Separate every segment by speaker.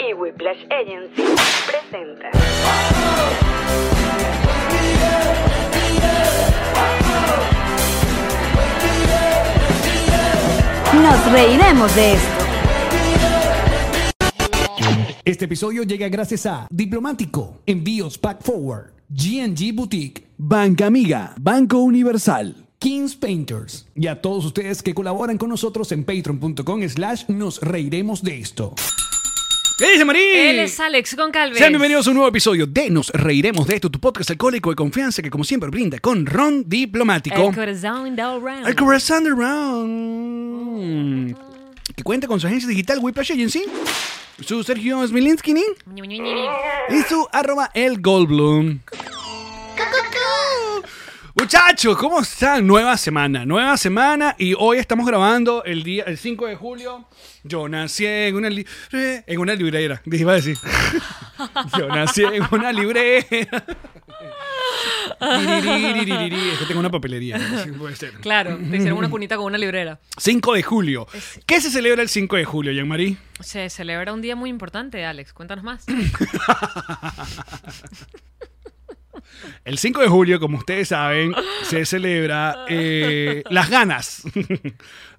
Speaker 1: y Whiplash Agency presenta. Nos reiremos de esto.
Speaker 2: Este episodio llega gracias a Diplomático, Envíos Pack Forward, GNG Boutique,
Speaker 3: Banca Amiga, Banco Universal.
Speaker 2: Kings Painters y a todos ustedes que colaboran con nosotros en patreon.com slash nos reiremos de esto.
Speaker 3: ¿Qué dice Marín?
Speaker 4: Él es Alex Goncalves.
Speaker 3: Sean bienvenidos a un nuevo episodio de Nos Reiremos de esto, tu podcast alcohólico de confianza que como siempre brinda con Ron Diplomático.
Speaker 4: El corazón de Round.
Speaker 3: El corazón de Ron. Que cuenta con su agencia digital Whiplash Agency, su Sergio Smilinski y su arroba el Goldblum. Muchachos, ¿cómo están? Nueva semana, nueva semana y hoy estamos grabando el día el 5 de julio. Yo nací en una li- eh, en una librera, dije, iba a decir. Yo nací en una librera. Tiriririririrí. Es que tengo una papelería, no sé, puede ser.
Speaker 4: Claro, te hicieron
Speaker 3: Mm.
Speaker 4: una cunita con una librera.
Speaker 3: 5 de julio. ¿Qué se celebra el 5 de julio, Jean-Marie?
Speaker 4: Se celebra un día muy importante, Alex. Cuéntanos más.
Speaker 3: El 5 de julio, como ustedes saben, se celebra eh, las ganas.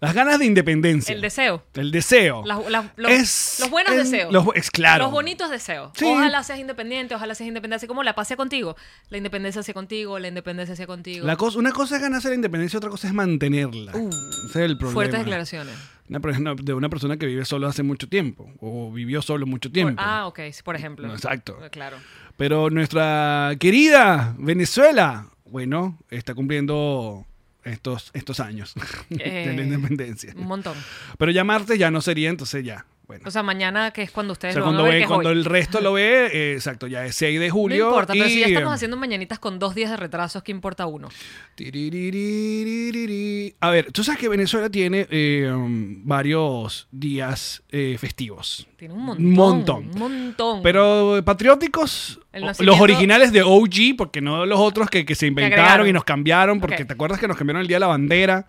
Speaker 3: Las ganas de independencia.
Speaker 4: El deseo.
Speaker 3: El deseo.
Speaker 4: Las- las- los,
Speaker 3: Es-
Speaker 4: los buenos
Speaker 3: en-
Speaker 4: deseos.
Speaker 3: los bu- es claro.
Speaker 4: Los bonitos deseos.
Speaker 3: Sí.
Speaker 4: Ojalá seas independiente, ojalá seas independiente. Así como la paz sea contigo. La independencia sea contigo, la independencia sea contigo.
Speaker 3: La cosa, una cosa es ganarse la independencia, otra cosa es mantenerla. Ese es el problema.
Speaker 4: Uh, Fuertes declaraciones.
Speaker 3: Una persona- de una persona que vive solo hace mucho tiempo, o vivió solo mucho tiempo.
Speaker 4: Ah, ok, sí, por ejemplo. Eh,
Speaker 3: No, exacto.
Speaker 4: Claro.
Speaker 3: Pero nuestra querida Venezuela, bueno, está cumpliendo estos, estos años de
Speaker 4: Eh,
Speaker 3: la independencia.
Speaker 4: Un montón.
Speaker 3: Pero ya martes ya no sería, entonces ya. Bueno.
Speaker 4: O sea, mañana, que es cuando ustedes
Speaker 3: O sea,
Speaker 4: lo van
Speaker 3: cuando,
Speaker 4: a ver,
Speaker 3: ve-
Speaker 4: que es
Speaker 3: cuando
Speaker 4: hoy.
Speaker 3: el resto lo ve, eh, exacto, ya es 6 de julio.
Speaker 4: No importa, pero
Speaker 3: y,
Speaker 4: si ya estamos
Speaker 3: eh,
Speaker 4: haciendo mañanitas con dos días de retrasos, ¿qué importa uno?
Speaker 3: Tiriririririrí. A ver, tú sabes que Venezuela tiene eh, um, varios días eh, festivos.
Speaker 4: Tiene un montón.
Speaker 3: Montón.
Speaker 4: Un montón.
Speaker 3: Pero eh, patrióticos,
Speaker 4: El
Speaker 3: o- los
Speaker 4: nacimiento-
Speaker 3: originales de OG, porque no los otros que, que se inventaron
Speaker 4: agregaron.
Speaker 3: y nos cambiaron, porque
Speaker 4: Ok.
Speaker 3: te acuerdas que nos cambiaron el Día de la Bandera.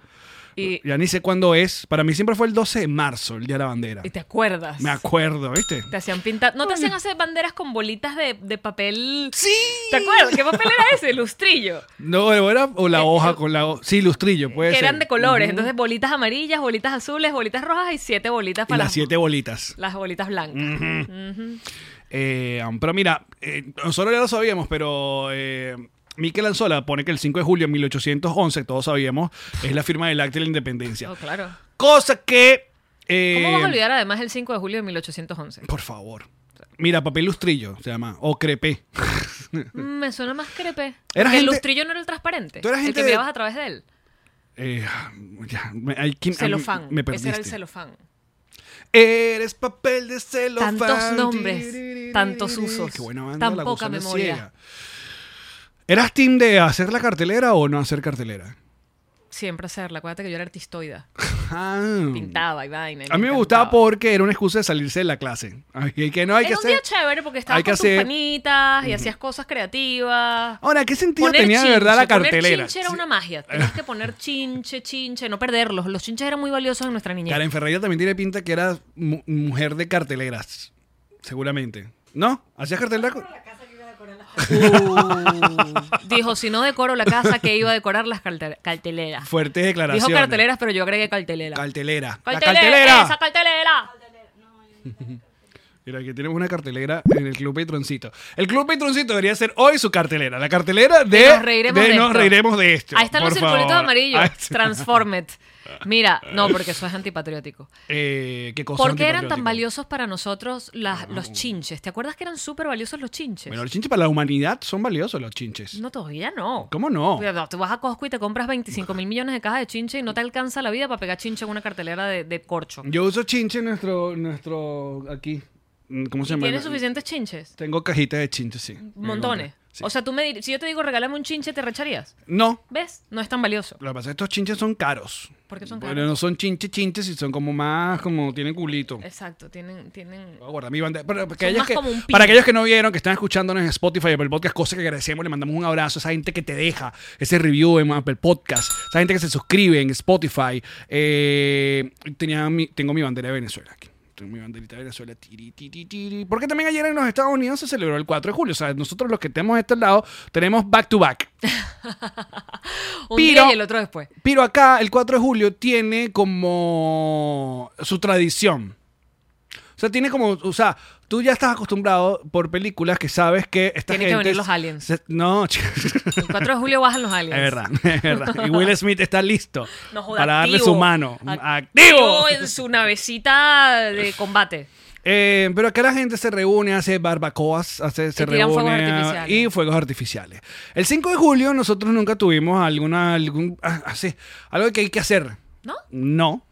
Speaker 4: Y,
Speaker 3: Ya ni sé cuándo es. Para mí siempre fue el 12 de marzo, el Día de la Bandera.
Speaker 4: y te acuerdas.
Speaker 3: Me acuerdo, ¿viste?
Speaker 4: Te hacían pintar. ¿No te hacían hacer banderas con bolitas de, de papel?
Speaker 3: Sí.
Speaker 4: ¿Te acuerdas? ¿Qué papel era ese? Lustrillo.
Speaker 3: No, o era- o la hoja con la... ho- Sí, lustrillo, puede
Speaker 4: Eh, que
Speaker 3: ser.
Speaker 4: eran de colores.
Speaker 3: Ujú.
Speaker 4: Entonces, bolitas amarillas, bolitas azules, bolitas rojas y siete bolitas
Speaker 3: Y
Speaker 4: para
Speaker 3: las siete bolitas.
Speaker 4: las bolitas blancas. Mm, Ujú.
Speaker 3: Eh, um, pero mira, eh, nosotros ya lo sabíamos, pero eh, Miquel Anzola pone que el 5 de julio de 1811, todos sabíamos, es la firma del acta de la independencia.
Speaker 4: Oh, claro.
Speaker 3: Cosa que... eh,
Speaker 4: ¿Cómo vas a olvidar además el 5 de julio de 1811?
Speaker 3: Por favor. Mira, papel lustrillo se llama, o crepé.
Speaker 4: Mm, Me suena más crepe.
Speaker 3: Era
Speaker 4: Porque El
Speaker 3: gente-
Speaker 4: lustrillo no era el transparente.
Speaker 3: Tú eras
Speaker 4: el
Speaker 3: gente
Speaker 4: que
Speaker 3: de-
Speaker 4: mirabas a través de él.
Speaker 3: Eh, ya, me, hay quien-
Speaker 4: Celofán.
Speaker 3: Me
Speaker 4: Ese era el
Speaker 3: perdiste.
Speaker 4: celofán.
Speaker 3: Eres papel de celofán.
Speaker 4: Tantos nombres,
Speaker 3: Tiriririrí.
Speaker 4: tantos usos,
Speaker 3: Qué buena banda,
Speaker 4: tan
Speaker 3: La
Speaker 4: poca
Speaker 3: Gusana
Speaker 4: memoria.
Speaker 3: Ciega. ¿Eras team de hacer la cartelera o no hacer cartelera?
Speaker 4: Siempre hacerla. Acuérdate que yo era artistoida.
Speaker 3: Ah.
Speaker 4: Pintaba y vaina. y
Speaker 3: A mí me
Speaker 4: encantaba.
Speaker 3: gustaba porque era una excusa de salirse de la clase. Ay, y que no hay que
Speaker 4: Era un
Speaker 3: hacer.
Speaker 4: día chévere porque estabas
Speaker 3: hay que
Speaker 4: con tus
Speaker 3: hacer-
Speaker 4: panitas y hacías cosas creativas.
Speaker 3: Ahora, ¿qué sentido
Speaker 4: Poner
Speaker 3: tenía de verdad la
Speaker 4: chinche, poner
Speaker 3: cartelera?
Speaker 4: chinche era una magia. Tenías que poner chinche, chinche, no perderlos. Los chinches eran muy valiosos en nuestra niñez.
Speaker 3: Karen Ferreira también tiene pinta que era mu- mujer de carteleras, seguramente. ¿No? ¿Hacías cartelera? con-
Speaker 4: Uh. Dijo, si no decoro la casa, que iba a decorar las cartel- carteleras.
Speaker 3: Fuertes declaraciones.
Speaker 4: Dijo carteleras, pero yo agregué cartelera.
Speaker 3: Cartelera. La
Speaker 4: Cartelera,
Speaker 3: cartelera.
Speaker 4: ¡Esa cartelera!
Speaker 3: Mira, aquí tenemos una cartelera en el Club Patroncito. El Club Patroncito debería ser hoy su cartelera. La cartelera de,
Speaker 4: De nos reiremos
Speaker 3: nos
Speaker 4: de, esto.
Speaker 3: reiremos de esto,
Speaker 4: Ahí están
Speaker 3: por
Speaker 4: los circulitos
Speaker 3: favor. Ah,
Speaker 4: amarillos.
Speaker 3: Ahí está.
Speaker 4: Transformet. Mira, no, porque eso es antipatriótico.
Speaker 3: Eh, ¿Qué cosa?
Speaker 4: ¿Por qué eran tan
Speaker 3: antipatriótica?
Speaker 4: valiosos para nosotros las- los chinches? ¿Te acuerdas que eran súper valiosos los chinches?
Speaker 3: Ah, Bueno, los chinches para la humanidad son valiosos los chinches.
Speaker 4: No, todavía no.
Speaker 3: ¿Cómo no?
Speaker 4: Cuidado, Tú vas a Costco y te compras 25 mil millones de cajas de chinche y no te alcanza la vida para pegar chinche en una cartelera de, de corcho.
Speaker 3: Yo uso chinche en nuestro, nuestro, aquí. Mm, ¿Cómo se llama?
Speaker 4: ¿Tienes suficientes chinches?
Speaker 3: Tengo cajitas de chinches, sí.
Speaker 4: Montones.
Speaker 3: eh, Sí.
Speaker 4: O sea, tú me dir- si yo te digo regálame un chinche, ¿te recharías?
Speaker 3: No,
Speaker 4: ¿Ves? No es tan valioso.
Speaker 3: Lo que pasa es que estos chinches son caros.
Speaker 4: ¿Por qué son
Speaker 3: Bueno,
Speaker 4: caros?
Speaker 3: no son chinches chinches, y son como más, como tienen culito.
Speaker 4: Exacto, tienen... tienen...
Speaker 3: Voy a guardar mi bandera. Pero para,
Speaker 4: Son
Speaker 3: aquellos
Speaker 4: más
Speaker 3: que,
Speaker 4: como un pin.
Speaker 3: para aquellos que no vieron, que están escuchándonos en Spotify, Apple Podcast, cosas que agradecemos, le mandamos un abrazo a esa gente que te deja ese review en Apple Podcast, esa gente que se suscribe en Spotify. Eh, tenía mi- tengo mi bandera de Venezuela aquí. Tengo mi banderita de Venezuela. Tiri, tiri, tiri. Porque también ayer en los Estados Unidos se celebró el 4 de julio. O sea, nosotros los que tenemos de este lado tenemos back to back.
Speaker 4: Un
Speaker 3: Pero-
Speaker 4: día y el otro después.
Speaker 3: Pero acá el 4 de julio tiene como su tradición. O sea, tiene como, o sea, tú ya estás acostumbrado por películas que sabes que esta
Speaker 4: Tienen que
Speaker 3: gente
Speaker 4: venir
Speaker 3: es-
Speaker 4: los aliens.
Speaker 3: se- no, ch-
Speaker 4: El 4 de julio bajan los
Speaker 3: es
Speaker 4: aliens.
Speaker 3: verdad, es verdad. Y Will Smith está listo
Speaker 4: No joda,
Speaker 3: para darle
Speaker 4: activo.
Speaker 3: su mano.
Speaker 4: Activo en su navecita de combate.
Speaker 3: Eh, pero acá la gente se reúne, hace barbacoas, hace, se
Speaker 4: tiran
Speaker 3: reúne
Speaker 4: fuegos
Speaker 3: a-
Speaker 4: artificiales.
Speaker 3: y fuegos artificiales. El 5 de julio nosotros nunca tuvimos alguna, algún, ah, así, algo que hay que hacer.
Speaker 4: ¿No?
Speaker 3: No.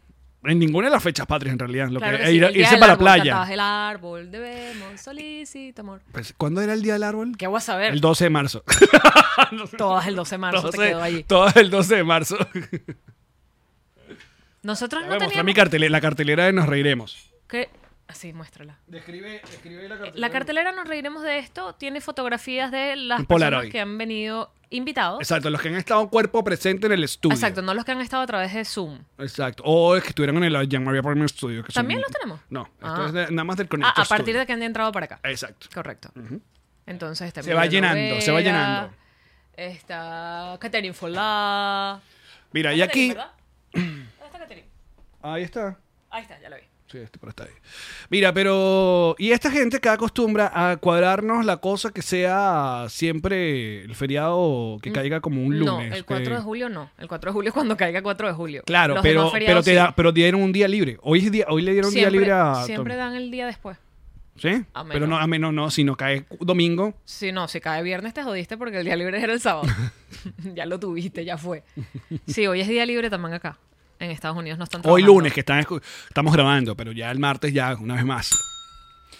Speaker 3: En ninguna de las fechas patrias, en realidad. Lo
Speaker 4: Claro
Speaker 3: que,
Speaker 4: que sí,
Speaker 3: ir-
Speaker 4: el día
Speaker 3: irse
Speaker 4: del
Speaker 3: para la
Speaker 4: árbol,
Speaker 3: playa.
Speaker 4: cantabas el árbol, debemos, solicito, amor.
Speaker 3: Pues, ¿Cuándo era el día del árbol?
Speaker 4: ¿Qué voy a Ah, saber?
Speaker 3: El 12 de marzo.
Speaker 4: Todas el 12 de marzo te
Speaker 3: 12,
Speaker 4: quedó allí.
Speaker 3: Todo el 12 de marzo.
Speaker 4: Nosotros
Speaker 3: Voy
Speaker 4: no
Speaker 3: a mostrar
Speaker 4: teníamos...
Speaker 3: mi cartelera, la cartelera de Nos Reiremos.
Speaker 4: ¿Qué? Así, muéstrala.
Speaker 3: Describe, la cartelera.
Speaker 4: La cartelera Nos Reiremos de Esto tiene fotografías de las
Speaker 3: Polaroid.
Speaker 4: personas que han venido invitados.
Speaker 3: Exacto, los que han estado cuerpo presente en el estudio.
Speaker 4: Exacto, no los que han estado a través de Zoom.
Speaker 3: Exacto. O es que estuvieron en el Jean Maria Premier Studio. que son-
Speaker 4: ¿También los tenemos?
Speaker 3: No, esto
Speaker 4: Ah.
Speaker 3: es de- nada más del
Speaker 4: Ah,
Speaker 3: Conector
Speaker 4: a partir
Speaker 3: Studio.
Speaker 4: de que han entrado para acá.
Speaker 3: Exacto.
Speaker 4: Correcto. Entonces está
Speaker 3: Se va
Speaker 4: Emilio
Speaker 3: llenando, se va
Speaker 4: Lovera,
Speaker 3: llenando.
Speaker 4: Está Catherine Folá.
Speaker 3: Mira, y
Speaker 4: Catherine,
Speaker 3: aquí.
Speaker 4: ¿verdad? ¿Dónde está Catherine?
Speaker 3: Ahí está.
Speaker 4: Ahí está, ya la vi.
Speaker 3: Sí, este, pero está ahí. Mira, pero. Y esta gente que acostumbra a cuadrarnos la cosa que sea siempre el feriado que caiga como un lunes.
Speaker 4: Mm, no, el 4
Speaker 3: que-
Speaker 4: de julio no. El 4 de julio es cuando caiga 4 de julio.
Speaker 3: Claro,
Speaker 4: Los
Speaker 3: pero,
Speaker 4: demás
Speaker 3: pero,
Speaker 4: feriados
Speaker 3: te
Speaker 4: sí.
Speaker 3: da- pero dieron un día libre. Hoy, es día, hoy le dieron un día
Speaker 4: Siempre-
Speaker 3: libre a.
Speaker 4: Siempre
Speaker 3: Tom.
Speaker 4: dan el día después.
Speaker 3: ¿Sí?
Speaker 4: a menos.
Speaker 3: Pero no, a menos no. Si no cae domingo.
Speaker 4: Si no, si cae viernes te jodiste porque el día libre era el sábado. ya lo tuviste, ya fue. Sí, hoy es día libre también acá. En Estados Unidos no están
Speaker 3: Hoy
Speaker 4: trabajando.
Speaker 3: lunes, que están, escu- estamos grabando, pero ya el martes, ya una vez más.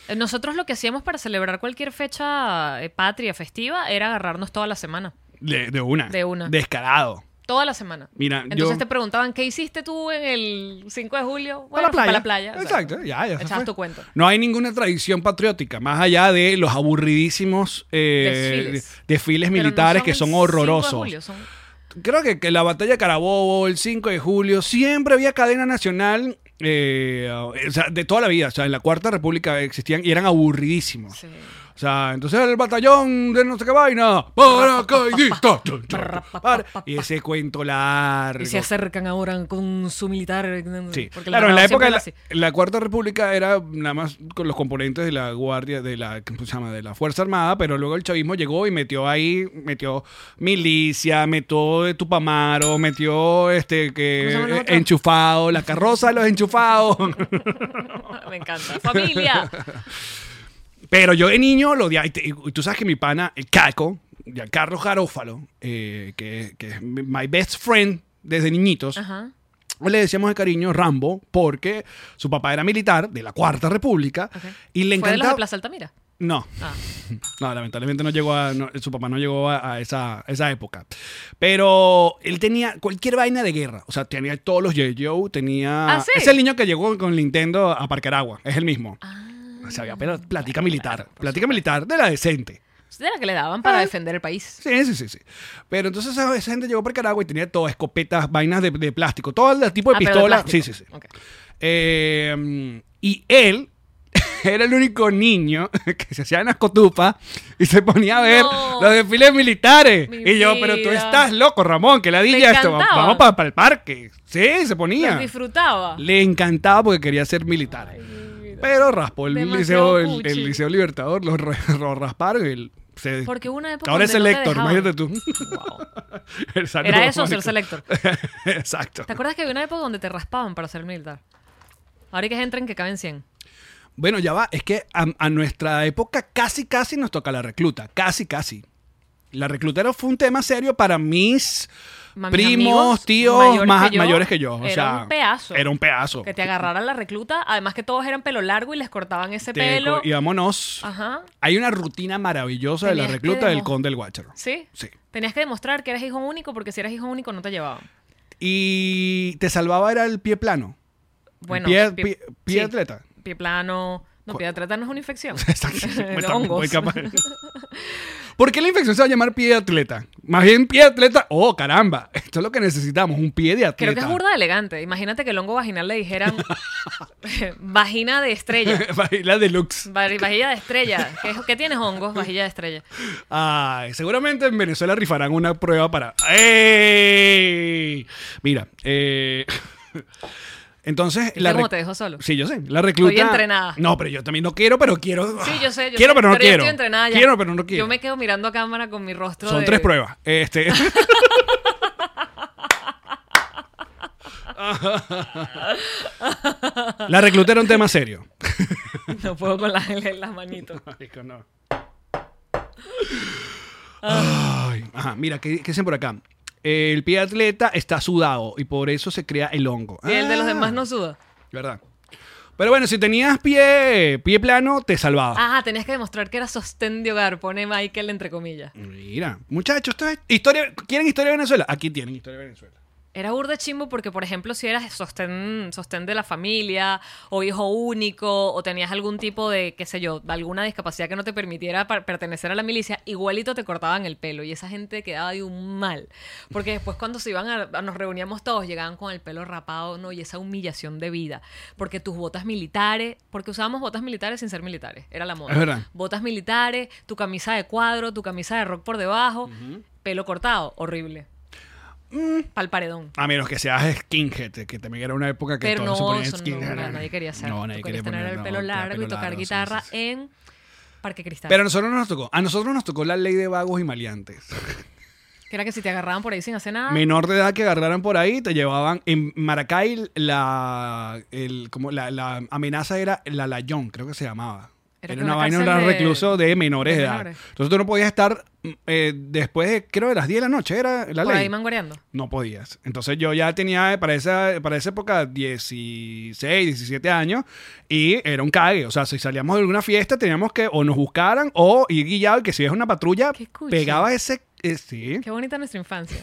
Speaker 4: Eh, Nosotros lo que hacíamos para celebrar cualquier fecha eh, patria, festiva, era agarrarnos toda la semana.
Speaker 3: De, de una.
Speaker 4: De una.
Speaker 3: Descarado.
Speaker 4: Toda la semana.
Speaker 3: Mira,
Speaker 4: Entonces
Speaker 3: yo-
Speaker 4: te preguntaban, ¿qué hiciste tú en el 5 de julio? Bueno,
Speaker 3: Para la playa.
Speaker 4: fui Para la playa.
Speaker 3: Exacto, ya, ya se
Speaker 4: Echabas
Speaker 3: fue.
Speaker 4: tu cuento.
Speaker 3: No hay ninguna tradición patriótica, más allá de los aburridísimos eh,
Speaker 4: Desfiles.
Speaker 3: de- desfiles
Speaker 4: Pero no
Speaker 3: militares
Speaker 4: son
Speaker 3: que
Speaker 4: el
Speaker 3: son
Speaker 4: 5 de
Speaker 3: horrorosos.
Speaker 4: julio, son-
Speaker 3: Creo que, que la batalla de Carabobo, el 5 de julio, siempre había cadena nacional eh, o sea, de toda la vida. O sea, en la Cuarta República existían y eran aburridísimos.
Speaker 4: sí.
Speaker 3: O sea, entonces el batallón de no sé qué vaina, paracaidista. Chun, chun, chun, para- Y ese cuento largo.
Speaker 4: Y se acercan ahora con su militar. eh,
Speaker 3: Sí,
Speaker 4: Mm, porque el
Speaker 3: claro, en la
Speaker 4: narrador
Speaker 3: época de la,
Speaker 4: siempre era así.
Speaker 3: la Cuarta República era nada más con los componentes de la Guardia, de la, ¿cómo se llama? De la Fuerza Armada, pero luego el chavismo llegó y metió ahí, metió milicia, metió de Tupamaro, metió este
Speaker 4: ¿Cómo se llaman los
Speaker 3: que
Speaker 4: otros?
Speaker 3: enchufado, la carroza de los enchufados.
Speaker 4: Ah, Me encanta. ¡Familia!
Speaker 3: pero yo de niño lo odiaba. Y, te- y tú sabes que mi pana, el Caco, ya Carlos Jarófalo, eh, que, que es mi- my best friend desde niñitos.
Speaker 4: Ajá.
Speaker 3: O le decíamos de cariño Rambo porque su papá era militar de la Cuarta República y le
Speaker 4: ¿Fue de los de
Speaker 3: encantaba...
Speaker 4: Plaza Altamira?
Speaker 3: No,
Speaker 4: Ah.
Speaker 3: no, lamentablemente no llegó a, no, su papá no llegó a, a esa, esa época. Pero él tenía cualquier vaina de guerra. O sea, tenía todos los J.J. tenía...
Speaker 4: ¿Ah, sí?
Speaker 3: Es el niño que llegó con Nintendo a Parque Agua. Es el mismo.
Speaker 4: Ah.
Speaker 3: O sea, había pla- plática militar. Plática militar de la decente.
Speaker 4: De la que le daban para
Speaker 3: Ah.
Speaker 4: defender el país.
Speaker 3: Sí, sí, sí, sí. Pero entonces esa, esa gente llegó a Parque Aragua y tenía todo, escopetas, vainas de, de plástico, todo el tipo de
Speaker 4: Ah, pero de
Speaker 3: pistola. Sí,
Speaker 4: plástico.
Speaker 3: sí, sí.
Speaker 4: Ok.
Speaker 3: Eh, y él era el único niño que se hacía unas cotupas y se ponía a ver
Speaker 4: No.
Speaker 3: los desfiles militares.
Speaker 4: Mi
Speaker 3: y yo, pero tú
Speaker 4: vida.
Speaker 3: estás loco, Ramón, que la dilla esto. va-
Speaker 4: encantaba.
Speaker 3: Vamos para el parque. Sí, se
Speaker 4: Los
Speaker 3: ponía.
Speaker 4: disfrutaba.
Speaker 3: Le encantaba porque quería ser militar. Pero raspó el
Speaker 4: Demasiado
Speaker 3: liceo, el,
Speaker 4: cuchi.
Speaker 3: el liceo Libertador, lo, re- lo rasparon y él Se-
Speaker 4: Porque hubo una época
Speaker 3: Ahora
Speaker 4: donde
Speaker 3: es
Speaker 4: no te
Speaker 3: selector,
Speaker 4: dejaban.
Speaker 3: imagínate tú.
Speaker 4: Wow.
Speaker 3: El saludo,
Speaker 4: Era eso
Speaker 3: marico.
Speaker 4: ser selector.
Speaker 3: Exacto.
Speaker 4: ¿Te acuerdas que había una época donde te raspaban para ser militar? Ahora hay que entren que caben 100.
Speaker 3: Bueno, ya va. Es que a, a nuestra época casi, casi nos toca la recluta. Casi, casi. La recluta era- fue un tema serio para mis
Speaker 4: Ma- mis
Speaker 3: primos,
Speaker 4: amigos
Speaker 3: tíos
Speaker 4: mayores
Speaker 3: ma-
Speaker 4: que yo,
Speaker 3: mayores que yo. O
Speaker 4: era
Speaker 3: sea,
Speaker 4: un pedazo.
Speaker 3: Era un pedazo.
Speaker 4: Que te agarraran la recluta. Además que todos eran pelo largo y les cortaban ese
Speaker 3: Te-
Speaker 4: pelo.
Speaker 3: Y vámonos.
Speaker 4: Ajá.
Speaker 3: Hay una rutina maravillosa de la
Speaker 4: Tenías que
Speaker 3: recluta del
Speaker 4: demo-
Speaker 3: conde del Guácharo.
Speaker 4: ¿Sí?
Speaker 3: Sí.
Speaker 4: Tenías que demostrar que eras hijo único porque si eras hijo único no te llevaban.
Speaker 3: Y te salvaba era el pie plano.
Speaker 4: Bueno,
Speaker 3: Pie- pie- pie
Speaker 4: sí.
Speaker 3: atleta.
Speaker 4: Pie plano. No,
Speaker 3: Cu-
Speaker 4: pie atleta no es una infección.
Speaker 3: Exacto.
Speaker 4: De
Speaker 3: Está muy
Speaker 4: hongos.
Speaker 3: capaz. ¿Por qué la infección se va a llamar pie de atleta? Más bien pie de atleta. Oh, caramba. Esto es lo que necesitamos, un pie de atleta.
Speaker 4: Creo que es burda de elegante. Imagínate que el hongo vaginal le dijeran vagina de estrella.
Speaker 3: Baila deluxe.
Speaker 4: va- Vajilla de estrella. ¿Qué, es- qué tienes hongos? Vajilla de estrella.
Speaker 3: Ay, seguramente en Venezuela rifarán una prueba para. ¡Ey! Mira, eh, Entonces,
Speaker 4: ¿Viste cómo te dejo solo?
Speaker 3: Sí, yo sé. La recluta.
Speaker 4: Estoy entrenada.
Speaker 3: No, pero yo también no quiero, pero quiero.
Speaker 4: Sí, yo sé. Yo
Speaker 3: quiero,
Speaker 4: sé,
Speaker 3: pero no
Speaker 4: yo
Speaker 3: quiero.
Speaker 4: estoy entrenada ya.
Speaker 3: Quiero, pero no quiero.
Speaker 4: Yo me quedo mirando a cámara con mi rostro.
Speaker 3: Son
Speaker 4: de-
Speaker 3: tres pruebas. Este. La recluta era un tema serio.
Speaker 4: No puedo con las, las manitos.
Speaker 3: Ay, ajá, mira, ¿qué, qué dicen por acá? El pie atleta está sudado y por eso se crea el hongo.
Speaker 4: Y el de los
Speaker 3: Ah,
Speaker 4: demás no suda.
Speaker 3: ¿Verdad? Pero bueno, si tenías pie, pie plano, te salvaba.
Speaker 4: Ah, tenías que demostrar que era sostén de hogar. Pone Michael entre comillas.
Speaker 3: Mira, muchachos, esto es historia, ¿quieren historia de Venezuela? Aquí tienen historia de Venezuela.
Speaker 4: Era burda chimbo porque, por ejemplo, si eras sostén, sostén de la familia, o hijo único, o tenías algún tipo de, qué sé yo, alguna discapacidad que no te permitiera par- pertenecer a la milicia, igualito te cortaban el pelo. Y esa gente quedaba de un mal. Porque después cuando se iban a, a- nos reuníamos todos, llegaban con el pelo rapado, ¿no? Y esa humillación de vida. Porque tus botas militares, porque usábamos botas militares sin ser militares, era la moda.
Speaker 3: Es verdad.
Speaker 4: Botas militares, tu camisa de cuadro, tu camisa de rock por debajo, pelo cortado, horrible. Pal paredón.
Speaker 3: A menos que seas skinhead, que también era una época que
Speaker 4: Pero
Speaker 3: todos se
Speaker 4: no,
Speaker 3: ponían
Speaker 4: eso no,
Speaker 3: skinhead.
Speaker 4: no, nadie quería hacer.
Speaker 3: No, nadie
Speaker 4: Tú
Speaker 3: quería
Speaker 4: querías tener
Speaker 3: poner-
Speaker 4: el
Speaker 3: no,
Speaker 4: pelo
Speaker 3: el
Speaker 4: largo y tocar
Speaker 3: largo, sí,
Speaker 4: guitarra
Speaker 3: sí, sí.
Speaker 4: en Parque Cristal.
Speaker 3: Pero a nosotros no nos tocó. A nosotros nos tocó la ley de vagos y maleantes.
Speaker 4: que era que si te agarraban por ahí sin hacer nada,
Speaker 3: Menor de edad que agarraran por ahí, te llevaban. En Maracay, la, el, como la, la amenaza era la layón, creo que se llamaba.
Speaker 4: Era
Speaker 3: Era, una
Speaker 4: como una
Speaker 3: vaina, un
Speaker 4: cárcel de-
Speaker 3: recluso de menores
Speaker 4: de
Speaker 3: de, edad.
Speaker 4: menores.
Speaker 3: Entonces tú no podías estar mm, eh, después, de, creo, de las 10 de la noche, era la
Speaker 4: por
Speaker 3: ley.
Speaker 4: ahí mangoreando.
Speaker 3: No podías. Entonces yo ya tenía eh, para esa, para esa época 16, 17 años y era un cague. O sea, si salíamos de alguna fiesta teníamos que o nos buscaran o ir guiado y que si es una patrulla
Speaker 4: Qué cuchi.
Speaker 3: pegaba ese... eh, sí.
Speaker 4: Qué bonita nuestra infancia.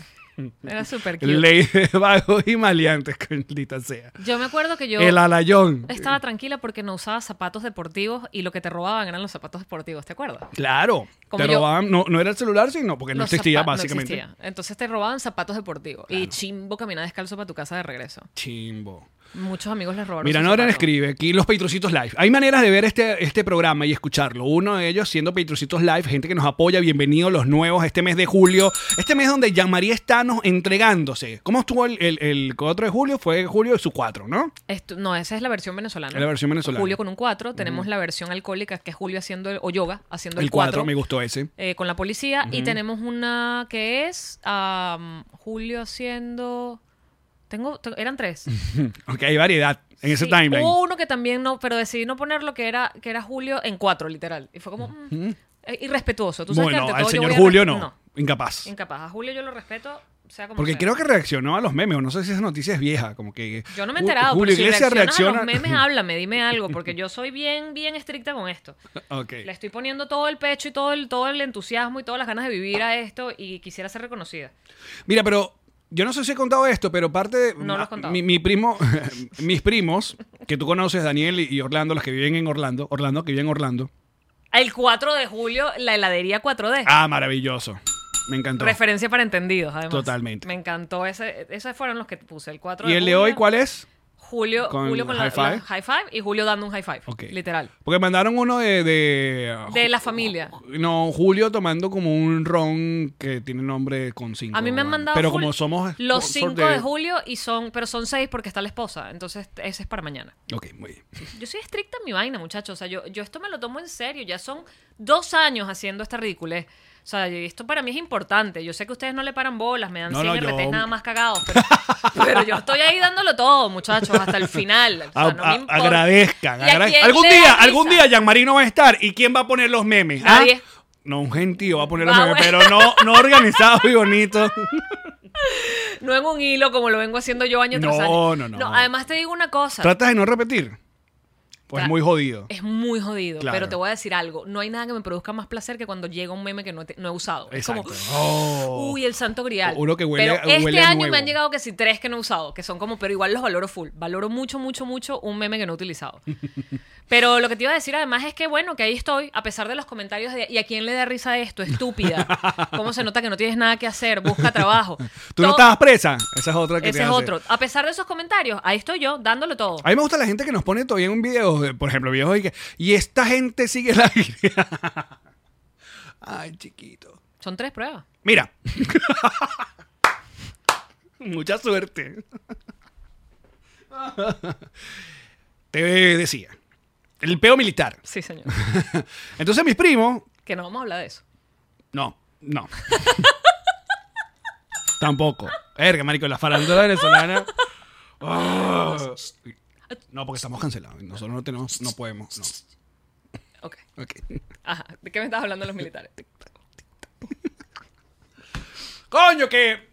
Speaker 4: Era súper cute.
Speaker 3: Ley de vagos y maleantes, maldita sea.
Speaker 4: Yo me acuerdo que yo
Speaker 3: El alayón.
Speaker 4: estaba tranquila porque no usaba zapatos deportivos y lo que te robaban eran los zapatos deportivos, ¿te acuerdas?
Speaker 3: Claro.
Speaker 4: Como
Speaker 3: Te
Speaker 4: yo-
Speaker 3: robaban, no, no era el celular, sino porque no
Speaker 4: Los
Speaker 3: existía
Speaker 4: zapa- no
Speaker 3: básicamente.
Speaker 4: existía. Entonces te robaban zapatos deportivos y chimbo caminar descalzo para tu casa de regreso.
Speaker 3: Chimbo.
Speaker 4: Muchos amigos les robaron.
Speaker 3: Mira,
Speaker 4: sus
Speaker 3: Nora
Speaker 4: zapatos.
Speaker 3: escribe aquí los Petrocitos Live. Hay maneras de ver este, este programa y escucharlo. Uno de ellos siendo Petrocitos Live, gente que nos apoya. Bienvenidos los nuevos este mes de julio. Este mes donde Jean-Marie está nos entregándose. ¿Cómo estuvo el, el, el 4 de julio? Fue julio de su 4, ¿no?
Speaker 4: Estu- no, esa es la versión venezolana.
Speaker 3: Es la versión venezolana.
Speaker 4: Julio con un 4. Tenemos la versión alcohólica, que es Julio haciendo, el- o yoga, haciendo
Speaker 3: El
Speaker 4: el
Speaker 3: 4
Speaker 4: 4.
Speaker 3: me gustó ese.
Speaker 4: eh, con la policía. Y tenemos una que es am, Julio haciendo... Tengo, te- eran tres.
Speaker 3: Ok, hay variedad en ese
Speaker 4: Sí, Uh,
Speaker 3: timeline.
Speaker 4: Hubo uno que también no, pero decidí no ponerlo, que era, que era Julio en cuatro, literal. Y fue como mm, eh, irrespetuoso. Tú sabes que
Speaker 3: bueno,
Speaker 4: ante
Speaker 3: al
Speaker 4: todo yo
Speaker 3: señor
Speaker 4: voy a
Speaker 3: Julio
Speaker 4: res-
Speaker 3: no. Incapaz.
Speaker 4: Incapaz. A Julio yo lo respeto, sea como
Speaker 3: Porque
Speaker 4: sea.
Speaker 3: creo que reaccionó a los memes, o no sé si esa noticia es vieja, como que...
Speaker 4: Yo no me he
Speaker 3: Ju-
Speaker 4: enterado,
Speaker 3: Julio
Speaker 4: pero si
Speaker 3: Iglesias
Speaker 4: reaccionas
Speaker 3: reacciona...
Speaker 4: a los memes, háblame, dime algo, porque yo soy bien, bien estricta con esto.
Speaker 3: Ok.
Speaker 4: Le estoy poniendo todo el pecho y todo el, todo el entusiasmo y todas las ganas de vivir a esto y quisiera ser reconocida.
Speaker 3: Mira, pero yo no sé si he contado esto, pero parte de.
Speaker 4: No lo has
Speaker 3: ma-
Speaker 4: contado.
Speaker 3: Mi, mi primo, mis primos, que tú conoces, Daniel y y Orlando, los que viven en Orlando, Orlando, que viven en Orlando.
Speaker 4: El 4 de julio, la heladería 4D.
Speaker 3: Ah, maravilloso. Me encantó.
Speaker 4: Referencia para entendidos, además.
Speaker 3: Totalmente.
Speaker 4: Me encantó. Ese, esos fueron los que puse. El 4
Speaker 3: ¿Y
Speaker 4: de
Speaker 3: el de hoy
Speaker 4: julio.
Speaker 3: cuál es?
Speaker 4: Julio
Speaker 3: Con
Speaker 4: con, Julio con la-
Speaker 3: high five.
Speaker 4: la high five y Julio dando un high five.
Speaker 3: Ok. Ah, oh,
Speaker 4: Literal.
Speaker 3: Porque mandaron uno de. De,
Speaker 4: De la familia.
Speaker 3: No, Julio tomando como un ron que tiene nombre con cinco.
Speaker 4: A mí me han
Speaker 3: bueno.
Speaker 4: mandado
Speaker 3: Pero
Speaker 4: Jul-
Speaker 3: como somos.
Speaker 4: los
Speaker 3: sponsor
Speaker 4: 5 de... julio y son, pero son 6 porque está la esposa, entonces ese es para mañana.
Speaker 3: Ok, muy bien.
Speaker 4: Yo soy estricta en mi vaina, muchachos, o sea, yo, yo esto me lo tomo en serio, ya son dos años haciendo esta ridiculez. O sea, y esto para mí es importante. Yo sé que ustedes no le paran bolas, me dan
Speaker 3: No,
Speaker 4: 100
Speaker 3: no, yo-
Speaker 4: RTs nada más cagados, pero, pero yo estoy ahí dándolo todo, muchachos, hasta el final. O sea,
Speaker 3: A-
Speaker 4: no
Speaker 3: a-
Speaker 4: me importa.
Speaker 3: Ah, agradezcan.
Speaker 4: ¿Y a
Speaker 3: agrade-
Speaker 4: quién
Speaker 3: Algún
Speaker 4: le da
Speaker 3: día,
Speaker 4: risa?
Speaker 3: algún día, Gianmarino va a estar. ¿Y quién va a poner los memes? ¿Ah?
Speaker 4: Nadie. Ah,
Speaker 3: No, un gentío va a poner los
Speaker 4: Va,
Speaker 3: memes, pero no, no organizado y bonito.
Speaker 4: No en un hilo como lo vengo haciendo yo año tras
Speaker 3: No,
Speaker 4: año.
Speaker 3: no, no.
Speaker 4: Además te digo una cosa.
Speaker 3: ¿Tratas de no repetir? Pues
Speaker 4: Tra-
Speaker 3: muy jodido.
Speaker 4: Es muy jodido,
Speaker 3: Claro.
Speaker 4: pero te voy a decir algo. No hay nada que me produzca más placer que cuando llega un meme que no he, te- no he usado.
Speaker 3: Exacto.
Speaker 4: Es como,
Speaker 3: Oh.
Speaker 4: uy, el santo grial.
Speaker 3: Uno que huele-
Speaker 4: pero este
Speaker 3: huele a
Speaker 4: año
Speaker 3: nuevo.
Speaker 4: me han llegado que sí tres que no he usado, que son como, pero igual los valoro full. Valoro mucho, mucho, mucho un meme que no he utilizado. pero lo que te iba a decir además es que, bueno, que ahí estoy, a pesar de los comentarios de, ¿y a quién le da risa esto? Estúpida. ¿Cómo se nota que no tienes nada que hacer? Busca trabajo.
Speaker 3: ¿Tú no
Speaker 4: Todo-
Speaker 3: estabas presa? Esa es otra que te
Speaker 4: Ese es
Speaker 3: hace.
Speaker 4: otro. A pesar de esos comentarios, ahí estoy yo, dándolo todo.
Speaker 3: A mí me gusta la gente que nos pone todavía un video, eh, por ejemplo, videos y que, y esta gente sigue la guía. Ay, chiquito.
Speaker 4: Son tres pruebas.
Speaker 3: Mira. Mucha suerte. Te decía. El peo militar.
Speaker 4: Sí, señor.
Speaker 3: Entonces mis primos,
Speaker 4: que no vamos a hablar de eso.
Speaker 3: No, no. Tampoco. Verga, marico, la farándula venezolana. Ah. No, porque estamos cancelados. Nosotros no tenemos, no podemos. No.
Speaker 4: Ok.
Speaker 3: Ok.
Speaker 4: Ajá. ¿De qué me estás hablando de los militares?
Speaker 3: Coño, que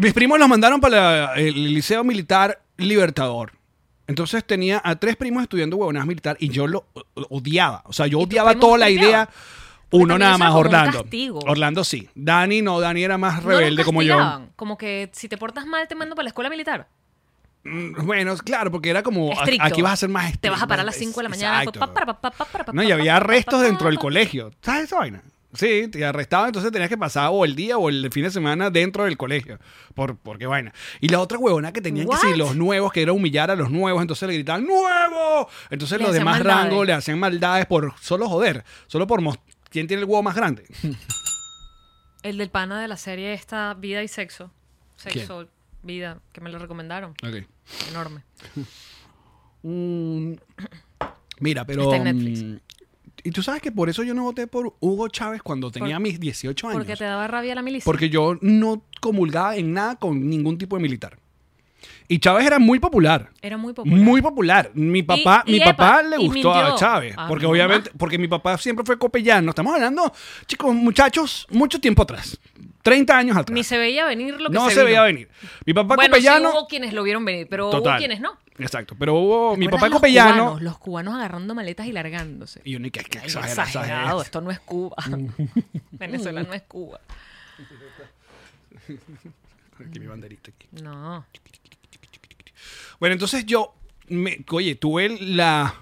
Speaker 3: mis primos los mandaron para la- el Liceo Militar Libertador. Entonces tenía a tres primos estudiando huevonadas militar y yo lo o- odiaba. O sea, yo
Speaker 4: tus
Speaker 3: odiaba
Speaker 4: primos
Speaker 3: toda la
Speaker 4: tripeaban?
Speaker 3: idea.
Speaker 4: Porque
Speaker 3: Uno
Speaker 4: también
Speaker 3: nada
Speaker 4: eso
Speaker 3: más,
Speaker 4: era como un
Speaker 3: Orlando.
Speaker 4: castigo.
Speaker 3: Orlando sí. Dani no, Dani era más rebelde como yo.
Speaker 4: Como que si te portas mal te mando para la escuela militar.
Speaker 3: Mm, Bueno, claro, porque era como a-
Speaker 4: Estricto.
Speaker 3: aquí vas a ser más estricto.
Speaker 4: Te vas a parar a las 5 de la mañana.
Speaker 3: Exacto.
Speaker 4: pa, pa, pa, pa, pa, pa, pa,
Speaker 3: No, y
Speaker 4: pa,
Speaker 3: había
Speaker 4: pa, pa,
Speaker 3: arrestos
Speaker 4: pa,
Speaker 3: dentro del
Speaker 4: pa.
Speaker 3: colegio. ¿Sabes esa vaina? Sí, te arrestaban, entonces tenías que pasar o el día o el fin de semana dentro del colegio. Por, por qué vaina. Y la otra huevona que tenían que
Speaker 4: What?
Speaker 3: si los nuevos, que era humillar a los nuevos, entonces le gritaban ¡Nuevo! Entonces
Speaker 4: Le
Speaker 3: los
Speaker 4: hacían
Speaker 3: demás
Speaker 4: maldades.
Speaker 3: rangos le hacían maldades por solo joder, solo por mos- quién tiene el huevo más grande.
Speaker 4: El del pana de la serie esta Vida y Sexo. Sexo, Vida, que me lo recomendaron.
Speaker 3: Ok.
Speaker 4: Enorme.
Speaker 3: Mm, mira, pero.
Speaker 4: Está en Netflix.
Speaker 3: mm, Y tú sabes que por eso yo no voté por Hugo Chávez cuando tenía mis 18 años.
Speaker 4: Porque te daba rabia la milicia.
Speaker 3: Porque yo no comulgaba en nada con ningún tipo de militar. Y Chávez era muy popular.
Speaker 4: Era muy popular.
Speaker 3: Muy popular. Mi papá,
Speaker 4: y
Speaker 3: mi
Speaker 4: epa,
Speaker 3: papá le
Speaker 4: y
Speaker 3: gustó a
Speaker 4: mintió
Speaker 3: Chávez.
Speaker 4: a
Speaker 3: porque
Speaker 4: mi
Speaker 3: obviamente, porque mi papá siempre fue copellano. Estamos hablando, chicos, muchachos, mucho tiempo atrás. 30 años atrás.
Speaker 4: Ni se veía venir lo que
Speaker 3: no se,
Speaker 4: vino.
Speaker 3: veía venir. Mi papá
Speaker 4: Bueno,
Speaker 3: copellano.
Speaker 4: sí hubo quienes lo vieron venir, pero hubo
Speaker 3: total.
Speaker 4: quienes no.
Speaker 3: Exacto. Pero hubo. Mi papá
Speaker 4: ¿Recuerdas los
Speaker 3: copellano.
Speaker 4: cubanos? los cubanos agarrando maletas y largándose.
Speaker 3: Y yo ni que, que
Speaker 4: Ay,
Speaker 3: exagera,
Speaker 4: exagerado,
Speaker 3: exagera.
Speaker 4: esto no es Cuba. Venezuela no es Cuba.
Speaker 3: Aquí mi banderita, aquí.
Speaker 4: No.
Speaker 3: Bueno, entonces yo, me, oye, tuve la,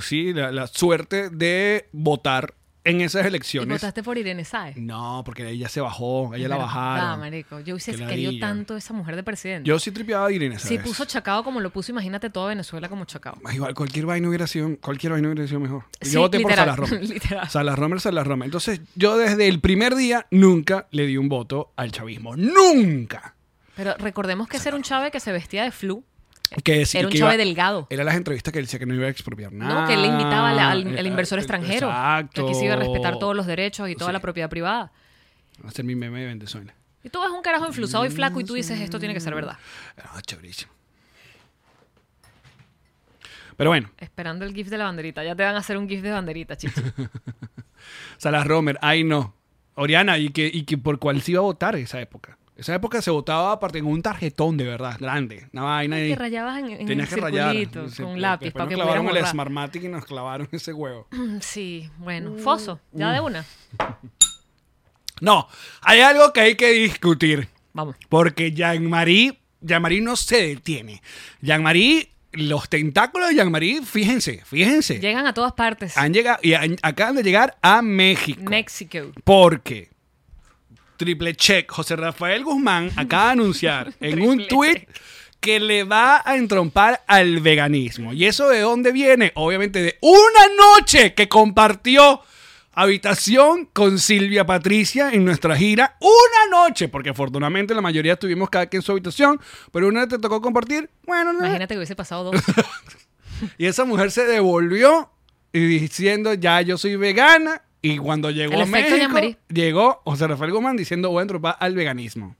Speaker 3: sí, la, la suerte de votar en esas
Speaker 4: Y
Speaker 3: elecciones.
Speaker 4: votaste por Irene Saez.
Speaker 3: No, porque ella se bajó, ella la
Speaker 4: Pero, Ah,
Speaker 3: bajaron.
Speaker 4: marico. Yo hubiese
Speaker 3: Qué
Speaker 4: querido
Speaker 3: ladilla.
Speaker 4: tanto esa mujer de presidente.
Speaker 3: Yo sí tripeaba a Irene,
Speaker 4: si
Speaker 3: ¿sabes?
Speaker 4: puso Chacao como lo puso, imagínate toda Venezuela como Chacao.
Speaker 3: Igual, cualquier vaina hubiera sido, cualquier vaina hubiera sido mejor.
Speaker 4: Sí,
Speaker 3: yo voté
Speaker 4: literal,
Speaker 3: por Salas Romer.
Speaker 4: literal.
Speaker 3: Salas Romer, Salas Romer. Entonces, yo desde el primer día nunca le di un voto al chavismo. ¡Nunca!
Speaker 4: Pero recordemos que ese era un chave que se vestía de flu.
Speaker 3: Que decía
Speaker 4: Era un
Speaker 3: que
Speaker 4: Chávez
Speaker 3: iba-
Speaker 4: delgado.
Speaker 3: Era las entrevistas que él decía que no iba a expropiar nada.
Speaker 4: No, que él le invitaba al, al- al
Speaker 3: Eh,
Speaker 4: inversor
Speaker 3: eh,
Speaker 4: extranjero.
Speaker 3: Exacto.
Speaker 4: Que aquí se iba a respetar todos los derechos y toda
Speaker 3: Sí.
Speaker 4: la propiedad privada.
Speaker 3: Hacer mi meme de Venezuela.
Speaker 4: Y tú ves un carajo influsado y flaco y tú dices,
Speaker 3: Mm.
Speaker 4: esto tiene que ser verdad.
Speaker 3: Ah, chéverísimo. Pero bueno,
Speaker 4: Esperando el gif de la banderita. Ya te van a hacer un gif de banderita, chichi.
Speaker 3: Salas Romer, ay no. Oriana, ¿y que, y que por cuál se iba a votar esa época? Esa época se votaba aparte en un tarjetón de verdad, grande. Una vaina
Speaker 4: Ay,
Speaker 3: y
Speaker 4: que rayabas en, en
Speaker 3: tenías
Speaker 4: el
Speaker 3: que rayar.
Speaker 4: circulito
Speaker 3: Sí,
Speaker 4: con
Speaker 3: después
Speaker 4: lápiz
Speaker 3: nos
Speaker 4: para que pudieras
Speaker 3: clavaron el
Speaker 4: borrar.
Speaker 3: Smartmatic y nos clavaron ese huevo.
Speaker 4: Mm, Sí, bueno. Foso, ya
Speaker 3: mm.
Speaker 4: de una.
Speaker 3: No, hay algo que hay que discutir.
Speaker 4: Vamos.
Speaker 3: Porque Jean-Marie, Jean-Marie no se detiene. Jean-Marie, los tentáculos de Jean-Marie, fíjense, fíjense.
Speaker 4: Llegan a todas partes.
Speaker 3: han llegado y han- acaban de llegar a México.
Speaker 4: México.
Speaker 3: porque Triple Check José Rafael Guzmán acaba de anunciar en un
Speaker 4: Triple
Speaker 3: tuit que le va a entrompar al veganismo. ¿Y eso de dónde viene? Obviamente de una noche que compartió habitación con Silvia Patricia en nuestra gira. Una noche, porque afortunadamente la mayoría estuvimos cada quien en su habitación, pero una te tocó compartir. Bueno, no.
Speaker 4: Imagínate que hubiese pasado dos.
Speaker 3: Y esa mujer se devolvió y diciendo, ya yo soy vegana. Y cuando llegó
Speaker 4: El
Speaker 3: a
Speaker 4: efecto
Speaker 3: México,
Speaker 4: Jean-Marie.
Speaker 3: llegó José Rafael Guzmán diciendo, voy a entropar al veganismo.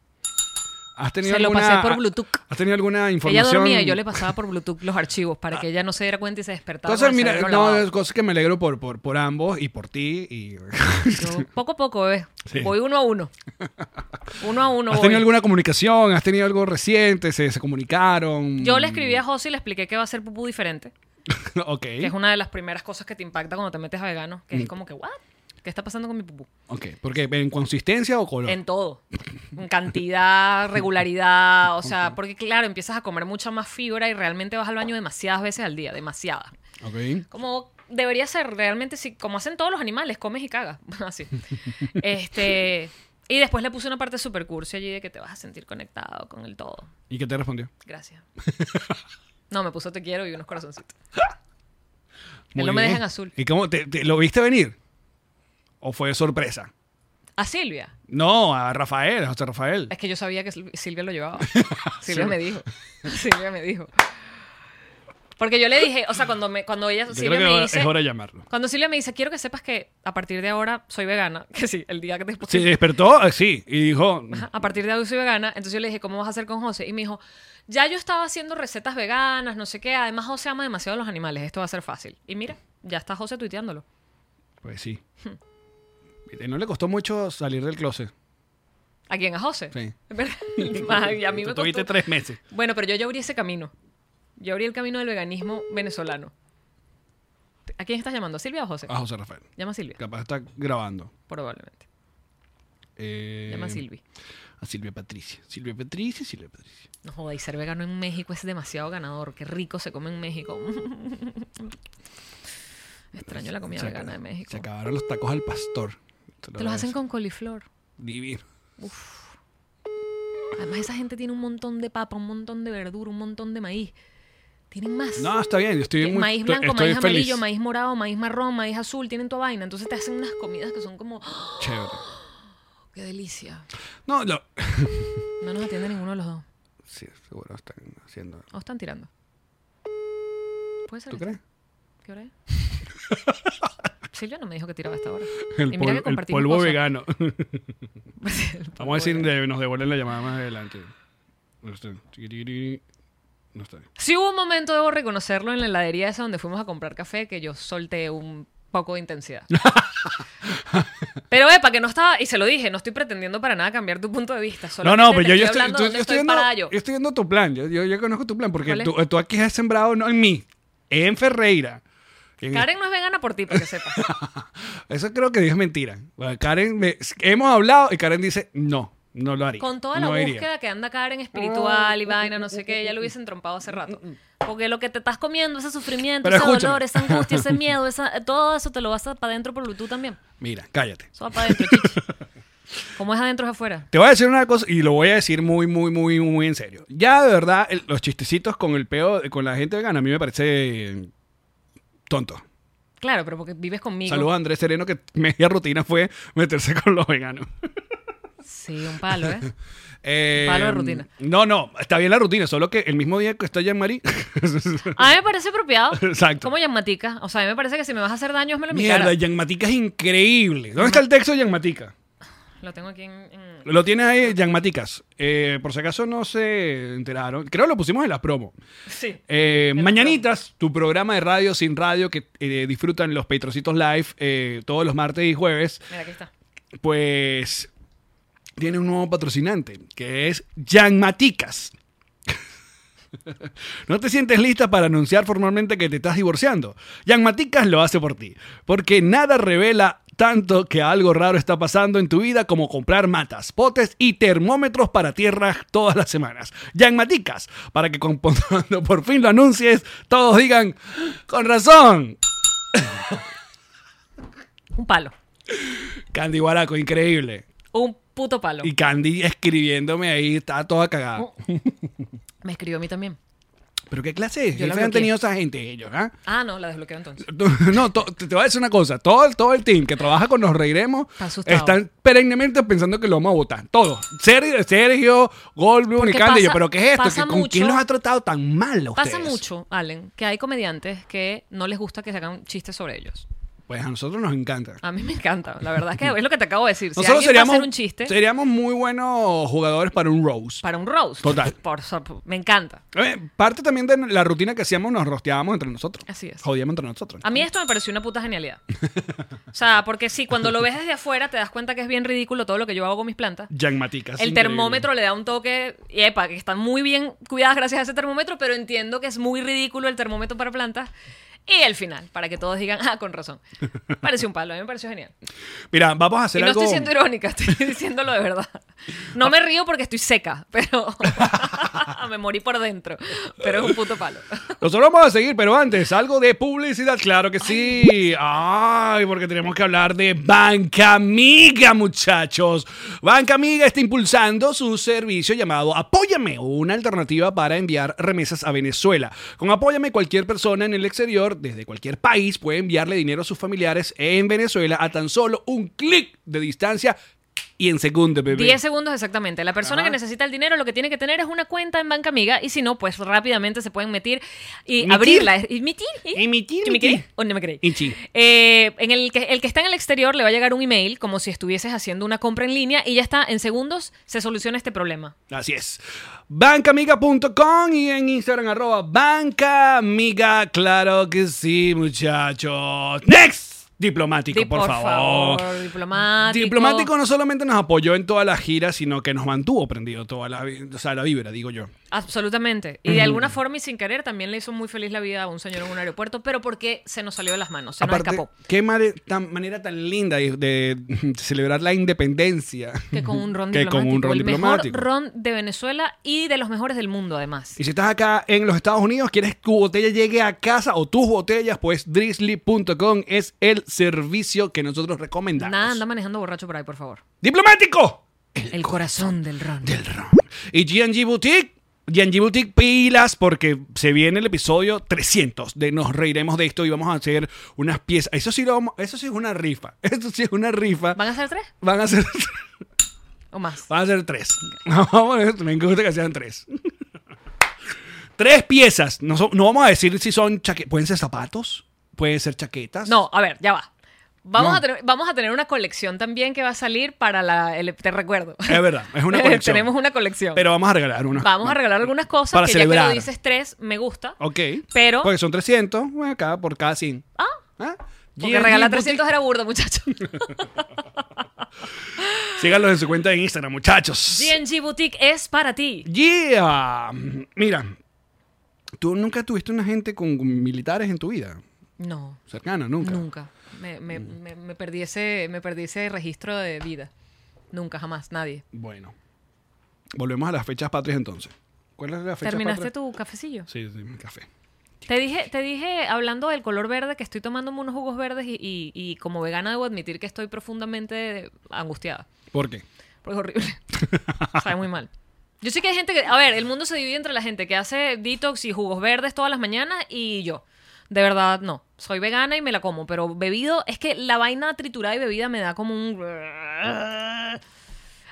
Speaker 3: ¿Has tenido
Speaker 4: Se lo
Speaker 3: alguna-
Speaker 4: pasé por Bluetooth.
Speaker 3: ¿Has tenido alguna
Speaker 4: Ella
Speaker 3: información?
Speaker 4: dormía y yo le pasaba por Bluetooth los archivos para que ella no se diera cuenta y se despertaba.
Speaker 3: Entonces,
Speaker 4: con el
Speaker 3: mira,
Speaker 4: cerebro
Speaker 3: no,
Speaker 4: lavado.
Speaker 3: es cosa que me alegro por, por, por ambos y por ti. Y...
Speaker 4: Yo poco a poco, bebé.
Speaker 3: Sí.
Speaker 4: Voy uno a uno. Uno a uno.
Speaker 3: ¿Has
Speaker 4: voy.
Speaker 3: tenido alguna comunicación? ¿Has tenido algo reciente? ¿Se, se comunicaron?
Speaker 4: Yo le escribí a José y le expliqué que va a ser pupú diferente,
Speaker 3: ok.
Speaker 4: que es una de las primeras cosas que te impacta cuando te metes a vegano,
Speaker 3: Mm.
Speaker 4: que es como que, ¿what? ¿Qué está pasando con mi pupú?
Speaker 3: Ok. ¿Por qué? ¿En consistencia o color?
Speaker 4: En todo. En cantidad, regularidad, o sea, porque claro, empiezas a comer mucha más fibra y realmente vas al baño demasiadas veces al día, demasiadas.
Speaker 3: Ok.
Speaker 4: Como debería ser realmente, si, como hacen todos los animales, comes y cagas. Así. Este, y después le puse una parte super curso allí de que te vas a sentir conectado con el todo.
Speaker 3: ¿Y qué te respondió?
Speaker 4: Gracias. No, me puso te quiero y unos corazoncitos.
Speaker 3: Muy
Speaker 4: Él no me
Speaker 3: bien.
Speaker 4: deja en azul.
Speaker 3: ¿Y cómo? Te, te- ¿Lo viste venir? ¿O fue sorpresa?
Speaker 4: A Silvia.
Speaker 3: No, a Rafael, a José Rafael.
Speaker 4: Es que yo sabía que Sil- Silvia lo llevaba. Silvia me dijo. Silvia me dijo. Porque yo le dije, o sea, cuando, me, cuando ella,
Speaker 3: Yo
Speaker 4: Silvia
Speaker 3: creo que
Speaker 4: me
Speaker 3: ahora-
Speaker 4: dice,
Speaker 3: es hora de llamarlo.
Speaker 4: cuando Silvia me dice, quiero que sepas que a partir de ahora soy vegana, que sí, el día que te
Speaker 3: Se despertó, eh, sí, y dijo,
Speaker 4: Ajá, a partir de hoy soy vegana. Entonces yo le dije, ¿cómo vas a hacer con José? Y me dijo, ya yo estaba haciendo recetas veganas, no sé qué. Además, José ama demasiado a los animales. Esto va a ser fácil. Y mira, ya está José tuiteándolo.
Speaker 3: pues sí. Y no le costó mucho salir del closet.
Speaker 4: ¿A quién? ¿A José?
Speaker 3: Sí.
Speaker 4: ¿Verdad? Y a mí me
Speaker 3: Tú tuviste
Speaker 4: costó-
Speaker 3: tres meses.
Speaker 4: Bueno, pero yo ya abrí ese camino. Yo abrí el camino del veganismo venezolano. ¿A quién estás llamando? ¿A Silvia o a José?
Speaker 3: A José Rafael.
Speaker 4: Llama a Silvia,
Speaker 3: Capaz está grabando.
Speaker 4: probablemente.
Speaker 3: Eh,
Speaker 4: Llama a Silvi.
Speaker 3: A Silvia Patricia. Silvia Patricia, Silvia Patricia.
Speaker 4: No joda, y ser vegano en México es demasiado ganador. Qué rico se come en México. Extraño la comida
Speaker 3: Se acab-
Speaker 4: vegana de México.
Speaker 3: Se acabaron los tacos al pastor.
Speaker 4: Te los hacen con coliflor.
Speaker 3: Divino.
Speaker 4: Además, esa gente tiene un montón de papa, un montón de verdura, un montón de maíz. Tienen más.
Speaker 3: No, está bien, yo estoy
Speaker 4: Eh,
Speaker 3: muy
Speaker 4: maíz
Speaker 3: estoy-
Speaker 4: blanco,
Speaker 3: estoy
Speaker 4: maíz
Speaker 3: feliz.
Speaker 4: amarillo, maíz morado, maíz marrón, maíz azul, tienen toda vaina. Entonces te hacen unas comidas que son como, ¡ah!
Speaker 3: Chévere.
Speaker 4: ¡qué delicia!
Speaker 3: No, lo-
Speaker 4: No nos atiende ninguno de los dos.
Speaker 3: Sí, seguro están haciendo.
Speaker 4: O están tirando. ¿Puede ser?
Speaker 3: ¿Tú
Speaker 4: este?
Speaker 3: crees?
Speaker 4: ¿Qué hora es? Silvia no me dijo que tiraba a esta hora.
Speaker 3: El,
Speaker 4: Y mira
Speaker 3: pol-
Speaker 4: que
Speaker 3: el
Speaker 4: compartimos
Speaker 3: polvo
Speaker 4: cosas.
Speaker 3: vegano.
Speaker 4: El polvo
Speaker 3: Vamos a decir,
Speaker 4: vegano.
Speaker 3: de- nos devuelven la llamada más adelante. No está. Tiquitiri. No está.
Speaker 4: Sí hubo un momento, debo reconocerlo, en la heladería esa donde fuimos a comprar café, que yo solté un poco de intensidad. pero, epa, que no estaba, y se lo dije, no estoy pretendiendo para nada cambiar tu punto de vista.
Speaker 3: No, no,
Speaker 4: solamente
Speaker 3: pero
Speaker 4: te
Speaker 3: yo, yo
Speaker 4: estoy
Speaker 3: estoy,
Speaker 4: hablando
Speaker 3: tú-
Speaker 4: dónde
Speaker 3: yo estoy
Speaker 4: estoy
Speaker 3: viendo,
Speaker 4: parada yo.
Speaker 3: yo estoy viendo tu plan. Yo, yo, yo conozco tu plan porque
Speaker 4: ¿Cuál es?
Speaker 3: tú, tú aquí has sembrado, no en mí, en Ferreira. En-
Speaker 4: Karen no es vegana por ti, para que sepas.
Speaker 3: Eso creo que es mentira. Bueno, Karen, me- hemos hablado y Karen dice, no, no lo haría.
Speaker 4: Con toda la
Speaker 3: no iría".
Speaker 4: búsqueda que anda Karen espiritual y vaina, no sé qué, ya lo hubiesen trompado hace rato. Porque lo que te estás comiendo, ese sufrimiento,
Speaker 3: Pero
Speaker 4: ese
Speaker 3: escúchame.
Speaker 4: dolor, esa angustia, ese miedo, esa, todo eso te lo vas a para adentro por Bluetooth también.
Speaker 3: Mira, cállate.
Speaker 4: Eso va para adentro, chichi. Como es adentro, es afuera.
Speaker 3: Te voy a decir una cosa y lo voy a decir muy, muy, muy, muy en serio. Ya de verdad, el- los chistecitos con el peo, con la gente vegana, a mí me parece eh, tonto.
Speaker 4: Claro, pero porque vives conmigo.
Speaker 3: Saludos a Andrés Sereno, que media rutina fue meterse con los veganos.
Speaker 4: Sí, un palo, ¿eh?
Speaker 3: Eh,
Speaker 4: Palo de rutina.
Speaker 3: No, no, está bien la rutina, solo que el mismo día que está Jean-Marie.
Speaker 4: A mí me parece apropiado.
Speaker 3: Exacto.
Speaker 4: Como llamatica. O sea, a mí me parece que si me vas a hacer daño, me lo en mi cara.
Speaker 3: Mierda, Yanmatica es increíble. ¿Dónde está el texto de Yanmatica?
Speaker 4: Lo tengo aquí en... en-
Speaker 3: Lo tienes ahí, Yanmaticas. Eh, por si acaso no se enteraron, creo que lo pusimos en la promo.
Speaker 4: Sí.
Speaker 3: Eh, Mañanitas, tu programa de radio sin radio que eh, disfrutan los Petrocitos Live eh, todos los martes y jueves,
Speaker 4: Mira, aquí está.
Speaker 3: pues tiene un nuevo patrocinante que es Yanmaticas. ¿No te sientes lista para anunciar formalmente que te estás divorciando? Yanmaticas lo hace por ti, porque nada revela tanto que algo raro está pasando en tu vida como comprar matas, potes y termómetros para tierras todas las semanas. Yanmaticas, para que con- cuando por fin lo anuncies, todos digan, con razón.
Speaker 4: Un palo.
Speaker 3: Candy Guaraco, increíble.
Speaker 4: Un puto palo. Oh.
Speaker 3: Y Candy escribiéndome ahí, está toda cagada.
Speaker 4: Me escribió a mí también.
Speaker 3: ¿Pero qué clase de
Speaker 4: Yo
Speaker 3: jefe
Speaker 4: la
Speaker 3: han
Speaker 4: bloqueé.
Speaker 3: tenido esa gente ellos, ah?
Speaker 4: Ah, no, la desbloqueó entonces.
Speaker 3: No, to- te te voy a decir una cosa. Todo, el- todo el team que trabaja con Nos Reiremos
Speaker 4: Está asustado.
Speaker 3: están perennemente pensando que lo vamos a votar. Todos. Sergio, Sergio Goldblum y
Speaker 4: Porque
Speaker 3: Candy.
Speaker 4: pasa-
Speaker 3: Yo, ¿Pero qué es esto?
Speaker 4: pasa
Speaker 3: ¿Que ¿Con
Speaker 4: mucho-
Speaker 3: quién los ha tratado tan mal a ustedes?
Speaker 4: Pasa mucho, Allen, que hay comediantes que no les gusta que se hagan chistes sobre ellos.
Speaker 3: Pues a nosotros nos encanta.
Speaker 4: A mí me encanta, la verdad es que es lo que te acabo de decir. Ah, Si
Speaker 3: Nosotros
Speaker 4: alguien va a
Speaker 3: seríamos,
Speaker 4: hacer un chiste
Speaker 3: seríamos muy buenos jugadores para un Rose.
Speaker 4: para un roast.
Speaker 3: Total.
Speaker 4: por su- me encanta.
Speaker 3: Eh, Parte también de la rutina que hacíamos, nos rosteábamos entre nosotros.
Speaker 4: Así es.
Speaker 3: Jodíamos entre nosotros.
Speaker 4: A mí esto me pareció una puta genialidad. O sea, porque sí, cuando lo ves desde afuera te das cuenta que es bien ridículo todo lo que yo hago con mis plantas.
Speaker 3: Yanmaticas.
Speaker 4: El
Speaker 3: increíble.
Speaker 4: termómetro le da un toque, y epa, que están muy bien cuidadas gracias a ese termómetro, pero entiendo que es muy ridículo el termómetro para plantas. Y el final, para que todos digan, ah, con razón. Pareció un palo, a mí me pareció genial.
Speaker 3: Mira, vamos a
Speaker 4: Y
Speaker 3: hacer
Speaker 4: no
Speaker 3: algo.
Speaker 4: estoy siendo irónica, estoy diciéndolo de verdad. No me río porque estoy seca, pero me morí por dentro. Pero es un puto palo.
Speaker 3: Nosotros vamos a seguir, pero antes, algo de publicidad, claro que sí. Ay, porque tenemos que hablar de Banca Amiga, muchachos. Banca Amiga está impulsando su servicio llamado Apóyame, una alternativa para enviar remesas a Venezuela. Con Apóyame, cualquier persona en el exterior, desde cualquier país, puede enviarle dinero a sus familiares en Venezuela a tan solo un clic de distancia y en segundos, bebé.
Speaker 4: 10 segundos exactamente. La persona que necesita el dinero lo que tiene que tener es una cuenta en Banca Amiga y si no, pues rápidamente se pueden meter y
Speaker 3: Emitir.
Speaker 4: abrirla. Emitir. ¿eh?
Speaker 3: Emitir,
Speaker 4: ¿Que me
Speaker 3: emitir.
Speaker 4: querés? ¿O no me querés?
Speaker 3: Ichi.
Speaker 4: Eh, en el, que, el que está en el exterior le va a llegar un email como si estuvieses haciendo una compra en línea y ya está, en segundos se soluciona este problema.
Speaker 3: Así es. Bancamiga.com y en Instagram arroba bancamiga. Claro que sí, muchachos. Next. Diplomático,
Speaker 4: Di-
Speaker 3: por, favor.
Speaker 4: Diplomático.
Speaker 3: Diplomático no solamente nos apoyó en toda la gira, sino que nos mantuvo prendido toda la, vi- o sea, la vibra, digo yo.
Speaker 4: Absolutamente. Y de alguna forma y sin querer también le hizo muy feliz la vida a un señor en un aeropuerto, pero porque se nos salió de las manos, se
Speaker 3: Aparte,
Speaker 4: nos escapó.
Speaker 3: qué mare- tan- manera tan linda de, de celebrar la independencia.
Speaker 4: Que con un ron
Speaker 3: Que
Speaker 4: diplomático.
Speaker 3: con un ron
Speaker 4: el
Speaker 3: diplomático.
Speaker 4: mejor ron de Venezuela y de los mejores del mundo, además.
Speaker 3: Y si estás acá en los Estados Unidos, quieres que tu botella llegue a casa o tus botellas, pues drizzly.com es el servicio que nosotros recomendamos.
Speaker 4: Nada, anda manejando borracho por ahí, por favor.
Speaker 3: ¡Diplomático!
Speaker 4: El corazón del ron.
Speaker 3: Y GNG Boutique. GNG Boutique, pilas, porque se viene el episodio 300 de Nos Reiremos de esto y vamos a hacer unas piezas. Eso sí, lo vamos- eso sí es una rifa. Eso sí es una rifa.
Speaker 4: ¿Van a ser tres
Speaker 3: Van a ser,
Speaker 4: o más?
Speaker 3: van a ser tres. Vamos a ver, Me gusta que sean tres. tres piezas. No, son- no vamos a decir si son chaquetas. Pueden ser zapatos, pueden ser chaquetas.
Speaker 4: No, a ver, ya va. Vamos,
Speaker 3: No.
Speaker 4: a tener, vamos a tener una colección también que va a salir para la... el- te recuerdo.
Speaker 3: Es verdad, es una colección.
Speaker 4: Tenemos una colección.
Speaker 3: Pero vamos a regalar una.
Speaker 4: Vamos a regalar algunas cosas
Speaker 3: Para
Speaker 4: que ya
Speaker 3: celebrar.
Speaker 4: que lo dices tres, me gusta.
Speaker 3: Ok.
Speaker 4: Pero-
Speaker 3: Porque son 300, bueno, cada, por cada 100. Ah.
Speaker 4: Porque regalar 300 era burdo, muchachos.
Speaker 3: Síganlos en su cuenta en Instagram, muchachos.
Speaker 4: GNG Boutique es para ti.
Speaker 3: Yeah. Mira, tú nunca tuviste una gente con militares en tu vida.
Speaker 4: No,
Speaker 3: Cercana, nunca. Mm.
Speaker 4: nunca. Me, me, me, me perdí ese, me perdí ese registro de vida. Nunca, jamás, nadie.
Speaker 3: Bueno. Volvemos a las fechas patrias entonces. ¿Cuál es la fecha
Speaker 4: ¿Terminaste
Speaker 3: patria?
Speaker 4: tu cafecillo?
Speaker 3: Sí, sí, mi café.
Speaker 4: Te dije, te dije, hablando del color verde, que estoy tomándome unos jugos verdes y, y- y como vegana debo admitir que estoy profundamente angustiada.
Speaker 3: ¿Por qué?
Speaker 4: Porque es horrible. Sabe muy mal. Yo sé que hay gente que. A ver, el mundo se divide entre la gente que hace detox y jugos verdes todas las mañanas y yo. De verdad, no. Soy vegana y me la como, pero bebido. Es que la vaina triturada y bebida me da como un.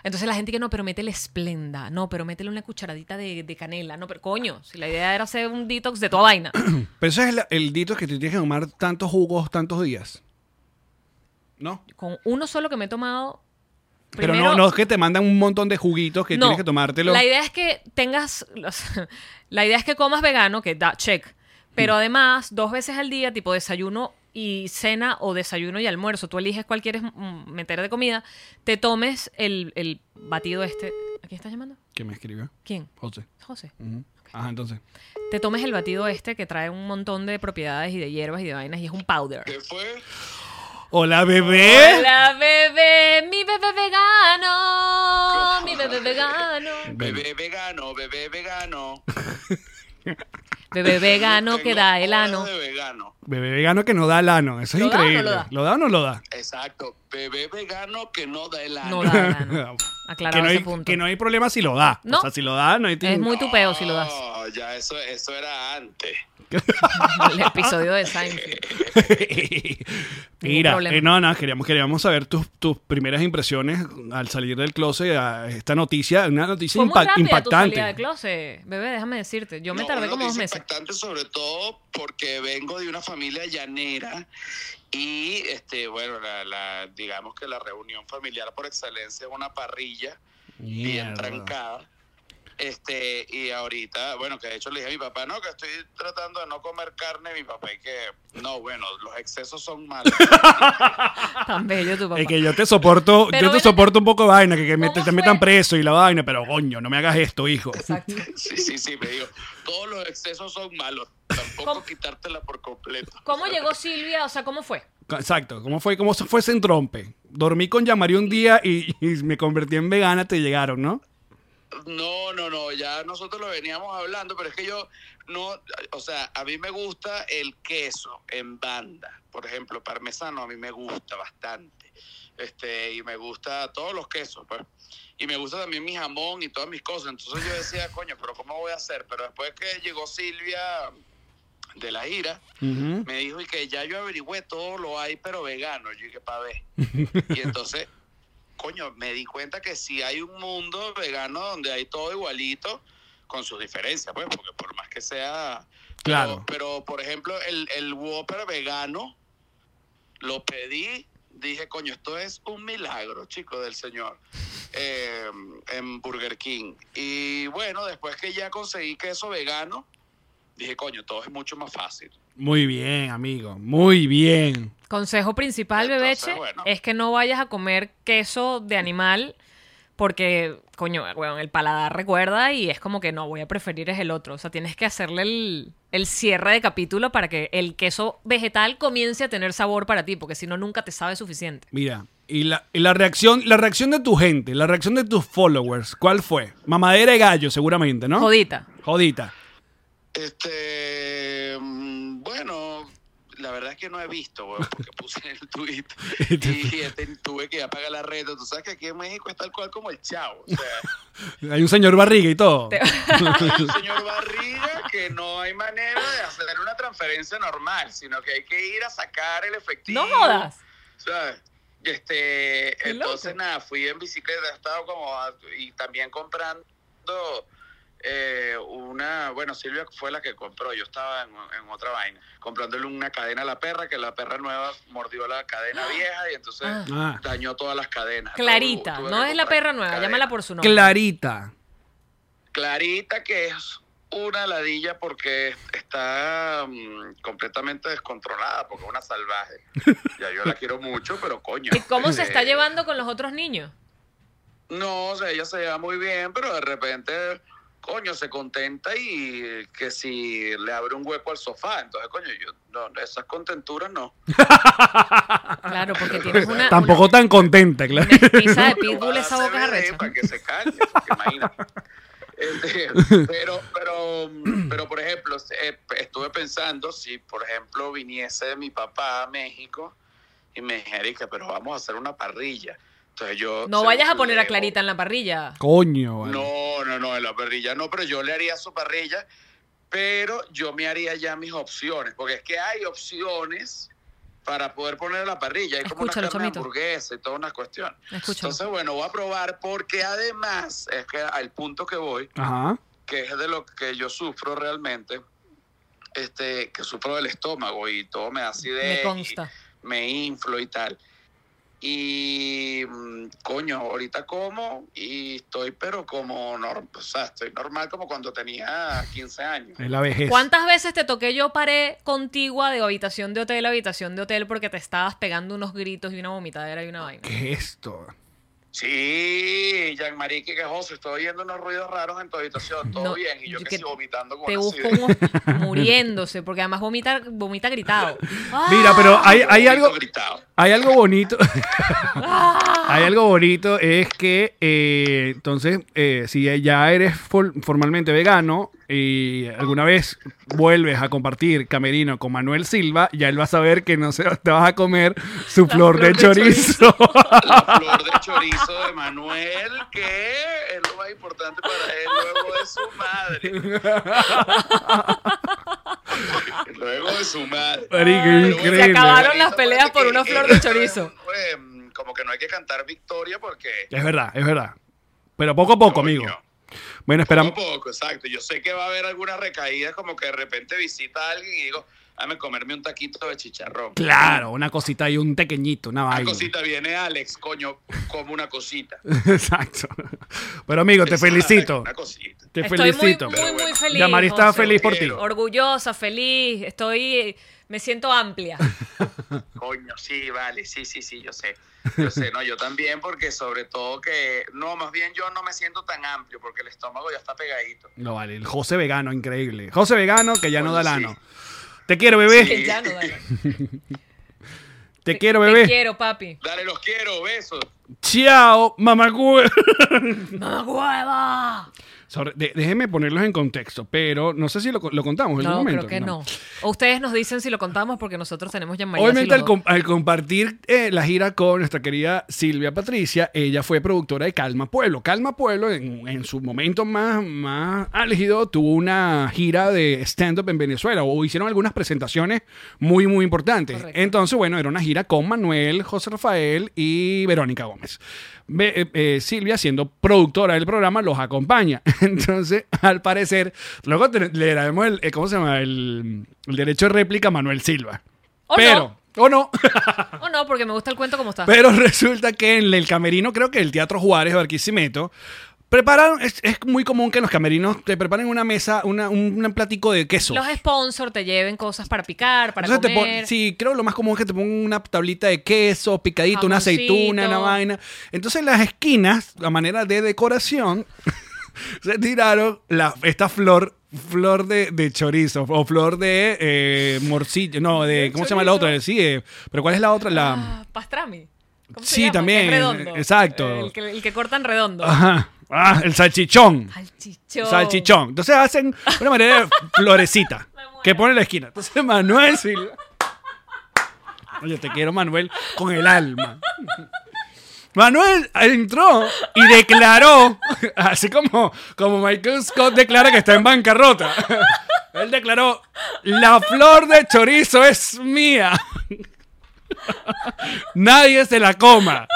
Speaker 4: Entonces la gente que no, pero métele esplenda. No, pero métele una cucharadita de, de canela. No, pero coño, si la idea era hacer un detox de toda vaina.
Speaker 3: Pero ese es el, el dito que te tienes que tomar tantos jugos, tantos días. ¿No?
Speaker 4: Con uno solo que me he tomado.
Speaker 3: Pero no,
Speaker 4: primero-
Speaker 3: no es que te mandan un montón de juguitos que
Speaker 4: No,
Speaker 3: tienes que tomártelo.
Speaker 4: La idea es que tengas. los- la idea es que comas vegano, que da check.
Speaker 3: Mm.
Speaker 4: Pero además, dos veces al día, tipo desayuno y cena o desayuno y almuerzo, tú eliges cuál quieres mm, meter de comida, te tomes el, el batido este. ¿A quién estás llamando?
Speaker 3: Que me escribió.
Speaker 4: ¿Quién?
Speaker 3: José.
Speaker 4: José.
Speaker 3: Ujú. Ajá, entonces.
Speaker 4: Te tomes el batido este que trae un montón de propiedades y de hierbas y de vainas y es un powder.
Speaker 3: Hola, bebé.
Speaker 4: Hola, bebé, mi bebé vegano, mi bebé vegano.
Speaker 5: Bebé vegano, bebé vegano.
Speaker 4: Bebé vegano que
Speaker 5: Tengo
Speaker 4: da el
Speaker 5: cola
Speaker 4: ano.
Speaker 5: de vegano.
Speaker 3: Bebé vegano que no da lano. Eso es
Speaker 4: ¿Lo da o no
Speaker 3: increíble.
Speaker 4: lo da?
Speaker 3: ¿Lo da o no lo da?
Speaker 5: Exacto, bebé vegano que no da el
Speaker 4: No
Speaker 5: ano.
Speaker 4: da lana. Aclarado
Speaker 3: que, no
Speaker 4: ese
Speaker 3: hay,
Speaker 4: punto.
Speaker 3: que no hay problema si lo da.
Speaker 4: No.
Speaker 3: O sea, si lo da, no hay
Speaker 4: Es muy tu peo si lo das.
Speaker 5: No, ya eso, eso era antes.
Speaker 4: El episodio de Seinfeld.
Speaker 3: Mira,
Speaker 4: problema.
Speaker 3: eh, no, no, queríamos, queríamos saber tus, tus primeras impresiones al salir del closet a esta noticia, una noticia
Speaker 4: Fue muy
Speaker 3: impact-
Speaker 4: rápida tu salida de
Speaker 3: impactante.
Speaker 4: closet, bebé, déjame decirte. Yo me
Speaker 5: No,
Speaker 4: tardé
Speaker 5: una
Speaker 4: como dos
Speaker 5: noticia
Speaker 4: meses.
Speaker 5: impactante sobre todo porque vengo de una familia llanera y, este, bueno, la, la- digamos que la reunión familiar por excelencia es una parrilla bien
Speaker 3: Mierda.
Speaker 5: trancada. Este, y ahorita, bueno, que de hecho le dije a mi papá, no, que estoy tratando de no comer carne, mi papá, y que, no, bueno, los excesos son malos.
Speaker 4: Tan bello tu papá.
Speaker 3: Es que yo te soporto,
Speaker 4: Pero
Speaker 3: yo te
Speaker 4: ven
Speaker 3: soporto un poco de vaina, que, que me-
Speaker 4: ¿Cómo
Speaker 3: te, te
Speaker 4: fue?
Speaker 3: metan preso y la vaina, pero coño, no me hagas esto, hijo.
Speaker 4: Exacto.
Speaker 5: Sí, sí, sí, me digo, todos los excesos son malos, tampoco
Speaker 4: ¿Cómo?
Speaker 5: quitártela por completo.
Speaker 4: ¿Cómo llegó Silvia? O sea, ¿cómo fue?
Speaker 3: Exacto, ¿cómo fue? ¿Cómo fue ese entrompe? Dormí con Yamari un día y, y me convertí en vegana, te llegaron, ¿no?
Speaker 5: No, no, no, ya nosotros lo veníamos hablando, pero es que yo no, o sea, a mí me gusta el queso en banda, por ejemplo, parmesano a mí me gusta bastante, este, y me gusta todos los quesos, pues, y me gusta también mi jamón y todas mis cosas, entonces yo decía, coño, pero ¿cómo voy a hacer? Pero después que llegó Silvia de la gira, me dijo y que ya yo averigüé todo lo hay pero vegano yo dije pa' ver y entonces coño me di cuenta que si hay un mundo vegano donde hay todo igualito con sus diferencias pues porque por más que sea
Speaker 3: Claro.
Speaker 5: pero, pero, por ejemplo el, el Whopper vegano lo pedí dije coño esto es un milagro chico del señor eh, en Burger King y bueno después que ya conseguí queso vegano dije coño todo es mucho más fácil
Speaker 3: Muy bien, amigo, muy bien.
Speaker 4: Consejo principal,
Speaker 5: Entonces,
Speaker 4: bebeche,
Speaker 5: bueno.
Speaker 4: es que no vayas a comer queso de animal porque, coño, weón, el paladar recuerda y es como que no, voy a preferir es el otro. O sea, tienes que hacerle el, el cierre de capítulo para que el queso vegetal comience a tener sabor para ti, porque si no, nunca te sabe suficiente.
Speaker 3: Mira, y la, y la reacción, la reacción de tu gente, la reacción de tus followers, ¿cuál fue? Mamadera de gallo, seguramente, ¿no?
Speaker 4: Jodita.
Speaker 3: Jodita.
Speaker 5: Este, mm, bueno, la verdad es que no he visto, weón, porque puse el tweet y este, tuve que apagar la red. Tú sabes que aquí en México es tal cual como el chavo. O sea,
Speaker 3: Hay un señor barriga y todo.
Speaker 5: hay un señor Barriga que no hay manera de hacer una transferencia normal, sino que hay que ir a sacar el efectivo.
Speaker 4: No jodas.
Speaker 5: ¿sabes? Y Este,
Speaker 4: Qué loco.
Speaker 5: entonces nada, fui en bicicleta, he estado como a- y también comprando eh, una, bueno, Silvia fue la que compró, yo estaba en, en otra vaina, comprándole una cadena a la perra, que la perra nueva mordió la cadena vieja y entonces
Speaker 3: Ah.
Speaker 5: dañó todas las cadenas.
Speaker 4: Clarita,
Speaker 5: Tuve- tuve
Speaker 4: no
Speaker 5: que
Speaker 4: es la
Speaker 5: comprar
Speaker 4: perra nueva,
Speaker 5: cadena.
Speaker 4: llámala por su nombre.
Speaker 3: Clarita.
Speaker 5: Clarita que es una ladilla porque está mm, completamente descontrolada, porque es una salvaje. ya yo la quiero mucho, pero coño.
Speaker 4: ¿Y cómo se está
Speaker 5: eh,
Speaker 4: llevando con los otros niños?
Speaker 5: No, o sea, ella se lleva muy bien, pero de repente, coño, se contenta y que si le abre un hueco al sofá, entonces, coño, yo, no, no, esas contenturas no.
Speaker 4: Claro, porque tienes una,
Speaker 3: Tampoco tan contenta, claro.
Speaker 4: una mestiza de Ah, pitbull,
Speaker 5: Ojalá
Speaker 4: esa
Speaker 5: se
Speaker 4: boca es
Speaker 5: vea,
Speaker 4: arrecha.
Speaker 5: eh, Para que se calle, porque imagínate. Este, pero, pero, pero, por ejemplo, eh, estuve pensando si, por ejemplo, viniese mi papá a México y me dijera, "Erika, pero vamos a hacer una parrilla. Entonces yo...
Speaker 4: No
Speaker 5: se
Speaker 4: vayas a
Speaker 5: lo
Speaker 4: poner a
Speaker 5: llevo.
Speaker 4: Clarita en la parrilla.
Speaker 3: Coño, vale.
Speaker 5: No, no, no, en la parrilla no, pero yo le haría su parrilla, pero yo me haría ya mis opciones, porque es que hay opciones para poder poner en la parrilla, hay como una
Speaker 4: Escúchalo,
Speaker 5: carne de
Speaker 4: chomito.
Speaker 5: hamburguesa y toda una cuestión.
Speaker 4: Escúchalo.
Speaker 5: Entonces, bueno, voy a probar porque además, es que al punto que voy,
Speaker 3: Ajá.
Speaker 5: que es de lo que yo sufro realmente, este, que sufro del estómago y todo me da acidez.
Speaker 4: Me
Speaker 5: y-
Speaker 4: consta.
Speaker 5: me inflo y tal. Y mm, coño, ahorita como y estoy, pero como, norm- o sea, estoy normal como cuando tenía 15 años.
Speaker 3: Es la vejez.
Speaker 4: ¿Cuántas veces te toqué yo paré contigua de habitación de hotel a habitación de hotel porque te estabas pegando unos gritos y una vomitadera y una vaina?
Speaker 3: ¿Qué es esto?
Speaker 5: Sí, Jean-Marie que José, estoy oyendo unos ruidos raros en tu habitación, todo
Speaker 4: No,
Speaker 5: bien, y
Speaker 4: yo
Speaker 5: yo que,
Speaker 4: que
Speaker 5: sigo vomitando con
Speaker 4: Te
Speaker 5: una
Speaker 4: busco
Speaker 5: acidez.
Speaker 4: un hos- muriéndose porque además vomita, vomita gritado. ¡Ah!
Speaker 3: Mira, pero hay, hay
Speaker 5: Grito
Speaker 3: algo.
Speaker 5: gritado.
Speaker 3: Hay algo bonito. hay algo bonito es que eh, entonces eh, si ya eres fol- formalmente vegano, y alguna vez vuelves a compartir camerino con Manuel Silva, ya él va a saber que no se, te vas a comer su
Speaker 4: La
Speaker 3: flor, de,
Speaker 4: flor de
Speaker 3: chorizo.
Speaker 5: La flor de chorizo de Manuel, que es lo más importante para él luego de su madre. luego de su madre.
Speaker 3: Marico,
Speaker 4: Ay,
Speaker 3: increíble.
Speaker 4: Se acabaron las
Speaker 5: Chorizo,
Speaker 4: peleas
Speaker 5: parece
Speaker 4: por
Speaker 5: que
Speaker 4: una flor
Speaker 5: ella
Speaker 4: de
Speaker 5: es,
Speaker 4: chorizo.
Speaker 5: pues, como que no hay que cantar victoria porque.
Speaker 3: Es verdad, es verdad. Pero poco a poco, amigo.
Speaker 5: Coño.
Speaker 3: Bueno, esperamos.
Speaker 5: Poco a poco, exacto. Yo sé que va a haber algunas recaídas, como que de repente visita a alguien y digo, dame comerme un taquito de chicharrón.
Speaker 3: Claro, una cosita y un pequeñito, una
Speaker 5: Una
Speaker 3: vaina.
Speaker 5: cosita viene Alex, coño, como una cosita.
Speaker 3: Exacto. Pero amigo, te
Speaker 5: Exacto,
Speaker 3: felicito.
Speaker 5: Una cosita.
Speaker 3: Te
Speaker 4: Estoy muy,
Speaker 3: felicito.
Speaker 4: muy, muy feliz.
Speaker 3: Yamari está
Speaker 4: José.
Speaker 3: feliz por ti.
Speaker 5: Quiero.
Speaker 4: Orgullosa, feliz. Estoy. Me siento amplia.
Speaker 5: Coño, sí, vale, sí, sí, sí, yo sé. Yo sé, no, yo también, porque sobre todo que, no, más bien yo no me siento tan amplio, porque el estómago ya está pegadito.
Speaker 3: No vale, el José Vegano, increíble. José Vegano que ya no
Speaker 5: Coño,
Speaker 3: da
Speaker 5: sí.
Speaker 3: lano. Te quiero, bebé.
Speaker 5: Sí.
Speaker 4: ya no, dale.
Speaker 3: Te quiero,
Speaker 4: Te
Speaker 3: bebé.
Speaker 4: quiero, papi.
Speaker 5: Dale, los quiero, besos.
Speaker 3: Chao, mamacue.
Speaker 4: ¡Mamá hueva!
Speaker 3: Sorry, de- déjenme ponerlos en contexto, pero no sé si lo, co- lo contamos en
Speaker 4: No,
Speaker 3: algún momento.
Speaker 4: creo que no. O ustedes nos dicen si lo contamos porque nosotros tenemos llamadas.
Speaker 3: Obviamente al, com- al compartir eh, la gira con nuestra querida Silvia Patricia, ella fue productora de Calma Pueblo. Calma Pueblo en, en su momento más, más álgido tuvo una gira de stand-up en Venezuela o hicieron algunas presentaciones muy, muy importantes.
Speaker 4: Correcto.
Speaker 3: Entonces, bueno, era una gira con Manuel, José Rafael y Verónica Gómez. Ve- eh, eh, Silvia, siendo productora del programa, los acompaña. Entonces, al parecer, luego te- le daremos el, eh, ¿cómo se llama? El, el derecho de réplica a Manuel Silva.
Speaker 4: ¿O Ah.
Speaker 3: pero, o no,
Speaker 4: O no, porque me gusta el cuento como está.
Speaker 3: pero resulta que en el camerino, creo que el Teatro Juárez de Barquisimeto, prepararon, es, es muy común que en los camerinos te preparen una mesa, una, un, un platico de queso.
Speaker 4: Los sponsors te lleven cosas para picar, para
Speaker 3: Entonces te pon-
Speaker 4: comer.
Speaker 3: sí, creo lo más común es que te pongan una tablita de queso, picadito, una
Speaker 4: Jamoncito.
Speaker 3: aceituna, una vaina. Entonces en las esquinas, la manera de decoración, se tiraron la, esta flor, flor de, de chorizo o flor de eh, morcillo, no, de, ¿cómo se llama la
Speaker 4: chorizo.
Speaker 3: otra? Sí, eh, pero ¿cuál es la otra? La...
Speaker 4: Ah, pastrami. ¿Cómo se
Speaker 3: Sí,
Speaker 4: llama?
Speaker 3: también,
Speaker 4: Que es redondo.
Speaker 3: exacto.
Speaker 4: El que, el que cortan redondo.
Speaker 3: Ajá. Ah, el salchichón.
Speaker 4: Salchichón.
Speaker 3: Salchichón. Entonces hacen una manera de florecita
Speaker 4: muero.
Speaker 3: que pone en la esquina. Entonces Manuel Silva. Oye, te quiero, Manuel, con el alma. Manuel entró y declaró, así como, como Michael Scott declara que está en bancarrota. Él declaró, la flor de chorizo es mía. Nadie se la coma.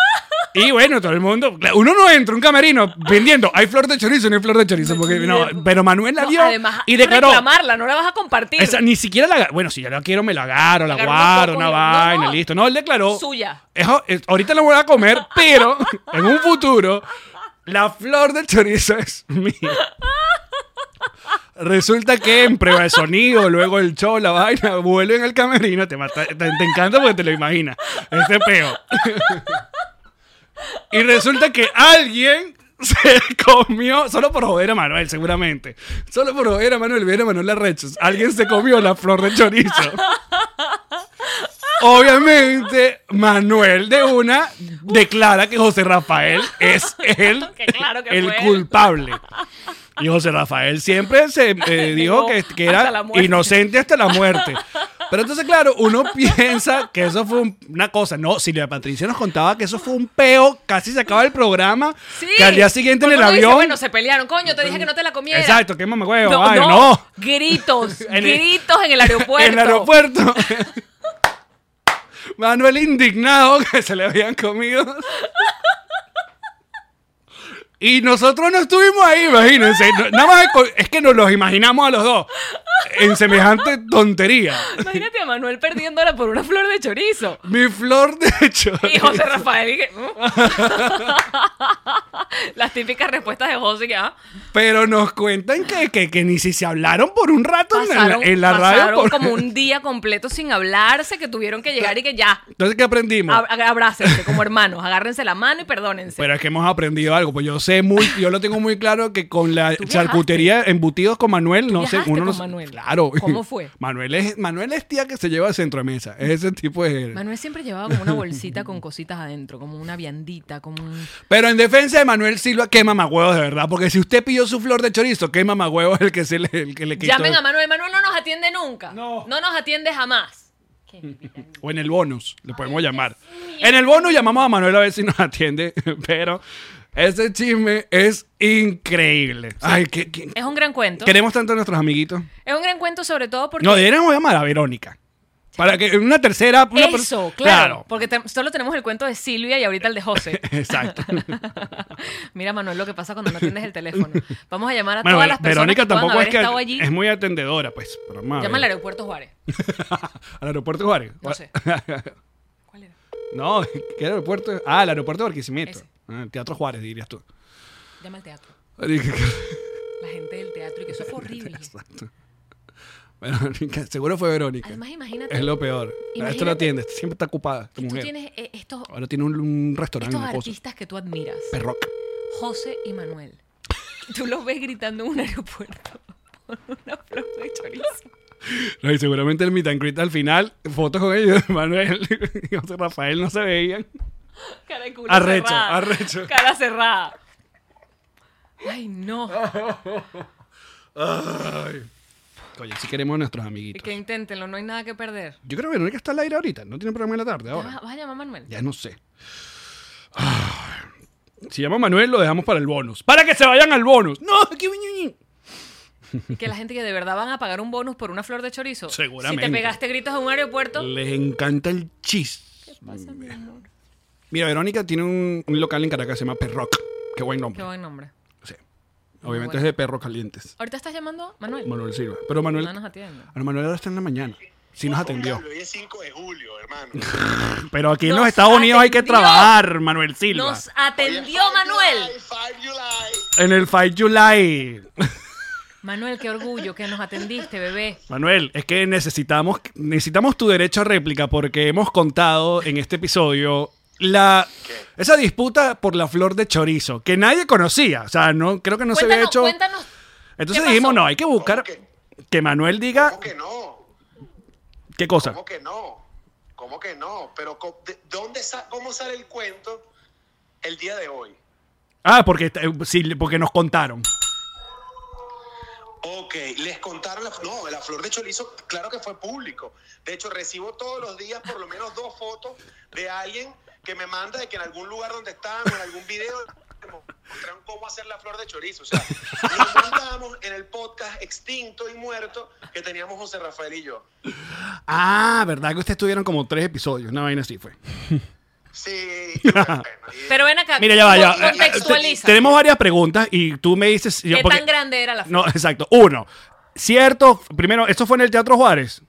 Speaker 3: Y bueno, todo el mundo. Uno no entra a un camerino vendiendo. Hay flor de chorizo, no hay flor de chorizo. Porque, no, pero Manuel la
Speaker 4: No,
Speaker 3: vio
Speaker 4: además,
Speaker 3: y declaró.
Speaker 4: reclamarla, no la vas a compartir.
Speaker 3: esa- ni siquiera la. Bueno, si ya la quiero, me la agarro, la
Speaker 4: Agarro
Speaker 3: guardo,
Speaker 4: unos
Speaker 3: una
Speaker 4: pocos y-
Speaker 3: vaina,
Speaker 4: no, no.
Speaker 3: listo. No, él declaró.
Speaker 4: Suya.
Speaker 3: "Ejo, eh, ahorita la voy a comer, pero en un futuro, la flor del chorizo es mía. Resulta que en prueba de sonido, luego el show, la vaina, vuelven al camerino, te, mata- te, te encanta porque te lo imaginas. Este peo. Y resulta que alguien se comió, solo por joder a Manuel, seguramente. Solo por joder a Manuel, viene Manuel Arrechos. Alguien se comió la flor de chorizo. Obviamente, Manuel de una declara que José Rafael es el,
Speaker 4: Que claro que
Speaker 3: el
Speaker 4: fue él.
Speaker 3: culpable. Y José Rafael siempre se eh, dijo
Speaker 4: Negó
Speaker 3: que, que
Speaker 4: hasta
Speaker 3: era
Speaker 4: la muerte.
Speaker 3: inocente hasta la muerte. Pero entonces, claro, uno piensa que eso fue un- una cosa. No, Silvia Patricia nos contaba que eso fue un peo, casi se acaba el programa.
Speaker 4: Sí.
Speaker 3: Que al día siguiente en
Speaker 4: Todo
Speaker 3: el
Speaker 4: mundo dice,
Speaker 3: avión.
Speaker 4: bueno, se pelearon, coño, te dije que no te la comieras.
Speaker 3: Exacto, qué mamá huevo.
Speaker 4: No,
Speaker 3: ay,
Speaker 4: no,
Speaker 3: no.
Speaker 4: Gritos,
Speaker 3: En el-
Speaker 4: gritos en el aeropuerto.
Speaker 3: En el aeropuerto. Manuel indignado que se le habían comido. Y nosotros no estuvimos ahí, imagínense. No- Nada más es- es que nos los imaginamos a los dos en semejante tontería.
Speaker 4: Imagínate a Manuel perdiéndola por una flor de chorizo.
Speaker 3: Mi flor de hecho.
Speaker 4: Y José Rafael, y que, "Mm". las típicas respuestas de José que ah,
Speaker 3: Pero nos cuentan que, que, que ni si se hablaron por un rato en la-
Speaker 4: pasaron,
Speaker 3: en la, radio.
Speaker 4: pasaron
Speaker 3: por-
Speaker 4: como un día completo sin hablarse, que tuvieron que llegar y que ya,
Speaker 3: Entonces, ¿qué aprendimos?
Speaker 4: ab- abrácense como hermanos, agárrense la mano y perdónense.
Speaker 3: Pero es que hemos aprendido algo. Pues yo sé muy, yo lo tengo muy claro que con la
Speaker 4: viajaste.
Speaker 3: charcutería embutidos con Manuel, no sé,
Speaker 4: viajaste
Speaker 3: uno no
Speaker 4: con
Speaker 3: sé-
Speaker 4: Manuel?
Speaker 3: Claro.
Speaker 4: ¿Cómo fue?
Speaker 3: Manuel es, Manuel es tía que se lleva al centro de mesa. Es ese tipo de.
Speaker 4: Manuel siempre llevaba como una bolsita con cositas adentro, como una viandita, como un...
Speaker 3: Pero en defensa de Manuel Silva, qué mamagüevo de verdad. Porque si usted pilló su flor de chorizo, qué mamagüevo el que, se le, el que le quitó.
Speaker 4: Llamen a Manuel. Manuel no nos atiende nunca.
Speaker 3: No.
Speaker 4: No nos atiende jamás.
Speaker 3: O en el bonus, le podemos llamar. En el bonus llamamos a Manuel a ver si nos atiende, pero ese chisme es increíble. Ay, que, que-
Speaker 4: Es un gran cuento.
Speaker 3: queremos tanto a nuestros amiguitos.
Speaker 4: Es un gran cuento sobre todo porque...
Speaker 3: No, deberíamos llamar a Verónica. Para que en una tercera... una per-
Speaker 4: Eso, claro. Porque te- solo tenemos el cuento de Silvia y ahorita el de José.
Speaker 3: Exacto.
Speaker 4: Mira, Manuel, lo que pasa cuando no atiendes el teléfono. Vamos a llamar a
Speaker 3: Bueno,
Speaker 4: todas las personas
Speaker 3: Verónica
Speaker 4: que puedan
Speaker 3: tampoco
Speaker 4: haber
Speaker 3: es que
Speaker 4: estado allí.
Speaker 3: es muy atendedora, pues. pero vamos a
Speaker 4: Llama al
Speaker 3: ver.
Speaker 4: aeropuerto Juárez.
Speaker 3: al aeropuerto Juárez.
Speaker 4: No sé. ¿Cuál era?
Speaker 3: No, ¿qué aeropuerto? Ah, el aeropuerto de Barquisimeto.
Speaker 4: Ese.
Speaker 3: Ah, el Teatro Juárez, dirías tú.
Speaker 4: Llama al teatro. La gente del teatro y que eso fue horrible.
Speaker 3: Exacto. Verónica, seguro fue Verónica.
Speaker 4: Además, imagínate.
Speaker 3: es lo peor. Esto
Speaker 4: imagínate-
Speaker 3: lo atiende, siempre está ocupada. Tu
Speaker 4: Y tú
Speaker 3: mujer.
Speaker 4: tienes eh, estos,
Speaker 3: Ahora tiene un, un restaurante,
Speaker 4: estos
Speaker 3: una cosa.
Speaker 4: artistas que tú admiras,
Speaker 3: Perroc.
Speaker 4: José y Manuel. Tú los ves gritando en un aeropuerto con una flor de chorizo.
Speaker 3: No, y seguramente el meet and greet al final, fotos con ellos, Manuel y José Rafael no se veían.
Speaker 4: Cara de culo
Speaker 3: Arrecho,
Speaker 4: cerrada.
Speaker 3: arrecho.
Speaker 4: Cara cerrada. Ay, no.
Speaker 3: Ah, Oye, si queremos a nuestros
Speaker 4: Y
Speaker 3: amiguitos.
Speaker 4: que inténtenlo, no hay nada que perder.
Speaker 3: Yo creo que Verónica está al aire ahorita, no tiene programa en la tarde ahora.
Speaker 4: ¿Vas, vas a llamar a Manuel?
Speaker 3: Ya no sé. Ah, Si llama Manuel, lo dejamos para el bonus. ¡Para que se vayan al bonus! ¡No! ¡Qué viñuñi!
Speaker 4: Y que la gente que de verdad van a pagar un bonus por una flor de chorizo.
Speaker 3: Seguramente.
Speaker 4: Si te pegaste gritos en un aeropuerto,
Speaker 3: Les encanta el chis. Mira, Verónica tiene un, un local en Caracas que se llama Perroc. Qué buen nombre.
Speaker 4: qué buen nombre.
Speaker 3: Sí. Obviamente
Speaker 4: bueno.
Speaker 3: es de perros calientes.
Speaker 4: Ahorita estás llamando a Manuel.
Speaker 3: Manuel Silva. Pero Manuel.
Speaker 4: No nos atiende.
Speaker 3: Pero Manuel ahora está en la mañana. Sí nos atendió.
Speaker 6: Hoy es 5 de julio, hermano.
Speaker 3: Pero aquí en los
Speaker 4: Nos
Speaker 3: Estados Unidos hay que
Speaker 4: atendió.
Speaker 3: trabajar, Manuel Silva.
Speaker 4: Nos atendió Manuel.
Speaker 6: 5 July.
Speaker 3: En el 5 July.
Speaker 4: Manuel, qué orgullo que nos atendiste, bebé.
Speaker 3: Manuel, es que necesitamos, necesitamos tu derecho a réplica porque hemos contado en este episodio la, esa disputa por la flor de chorizo que nadie conocía. O sea, no, creo que no se había
Speaker 4: cuéntanos,
Speaker 3: hecho.
Speaker 4: cuéntanos.
Speaker 3: Entonces
Speaker 4: ¿qué
Speaker 3: dijimos,
Speaker 4: pasó?
Speaker 3: no, hay que buscar
Speaker 6: ¿Cómo
Speaker 3: que Manuel diga
Speaker 6: ¿Cómo que no?
Speaker 3: qué cosa.
Speaker 6: ¿Cómo que no? ¿Cómo que no? Pero co- de- ¿dónde sa- ¿cómo sale el cuento el día de hoy?
Speaker 3: Ah, porque, eh, sí, porque nos contaron.
Speaker 6: Ok, les contaron, la, no, la flor de chorizo, claro que fue público. De hecho, recibo todos los días por lo menos dos fotos de alguien que me manda de que en algún lugar donde estaban, o en algún video, me mostraron cómo hacer la flor de chorizo. O sea, nos mandamos en el podcast extinto y muerto que teníamos José Rafael y yo.
Speaker 3: Ah, ¿verdad que ustedes tuvieron como tres episodios? Una vaina así fue.
Speaker 6: Sí, y bueno, bueno, y-
Speaker 4: Pero ven acá.
Speaker 3: Mira, ya va, ya.
Speaker 4: con-
Speaker 3: Eh,
Speaker 4: Contextualiza.
Speaker 3: te- Tenemos varias preguntas y tú me dices...
Speaker 4: ¿Qué
Speaker 3: yo- porque-
Speaker 4: tan grande era la flor?
Speaker 3: No, exacto. Uno, cierto, primero, ¿esto fue en el Teatro Juárez?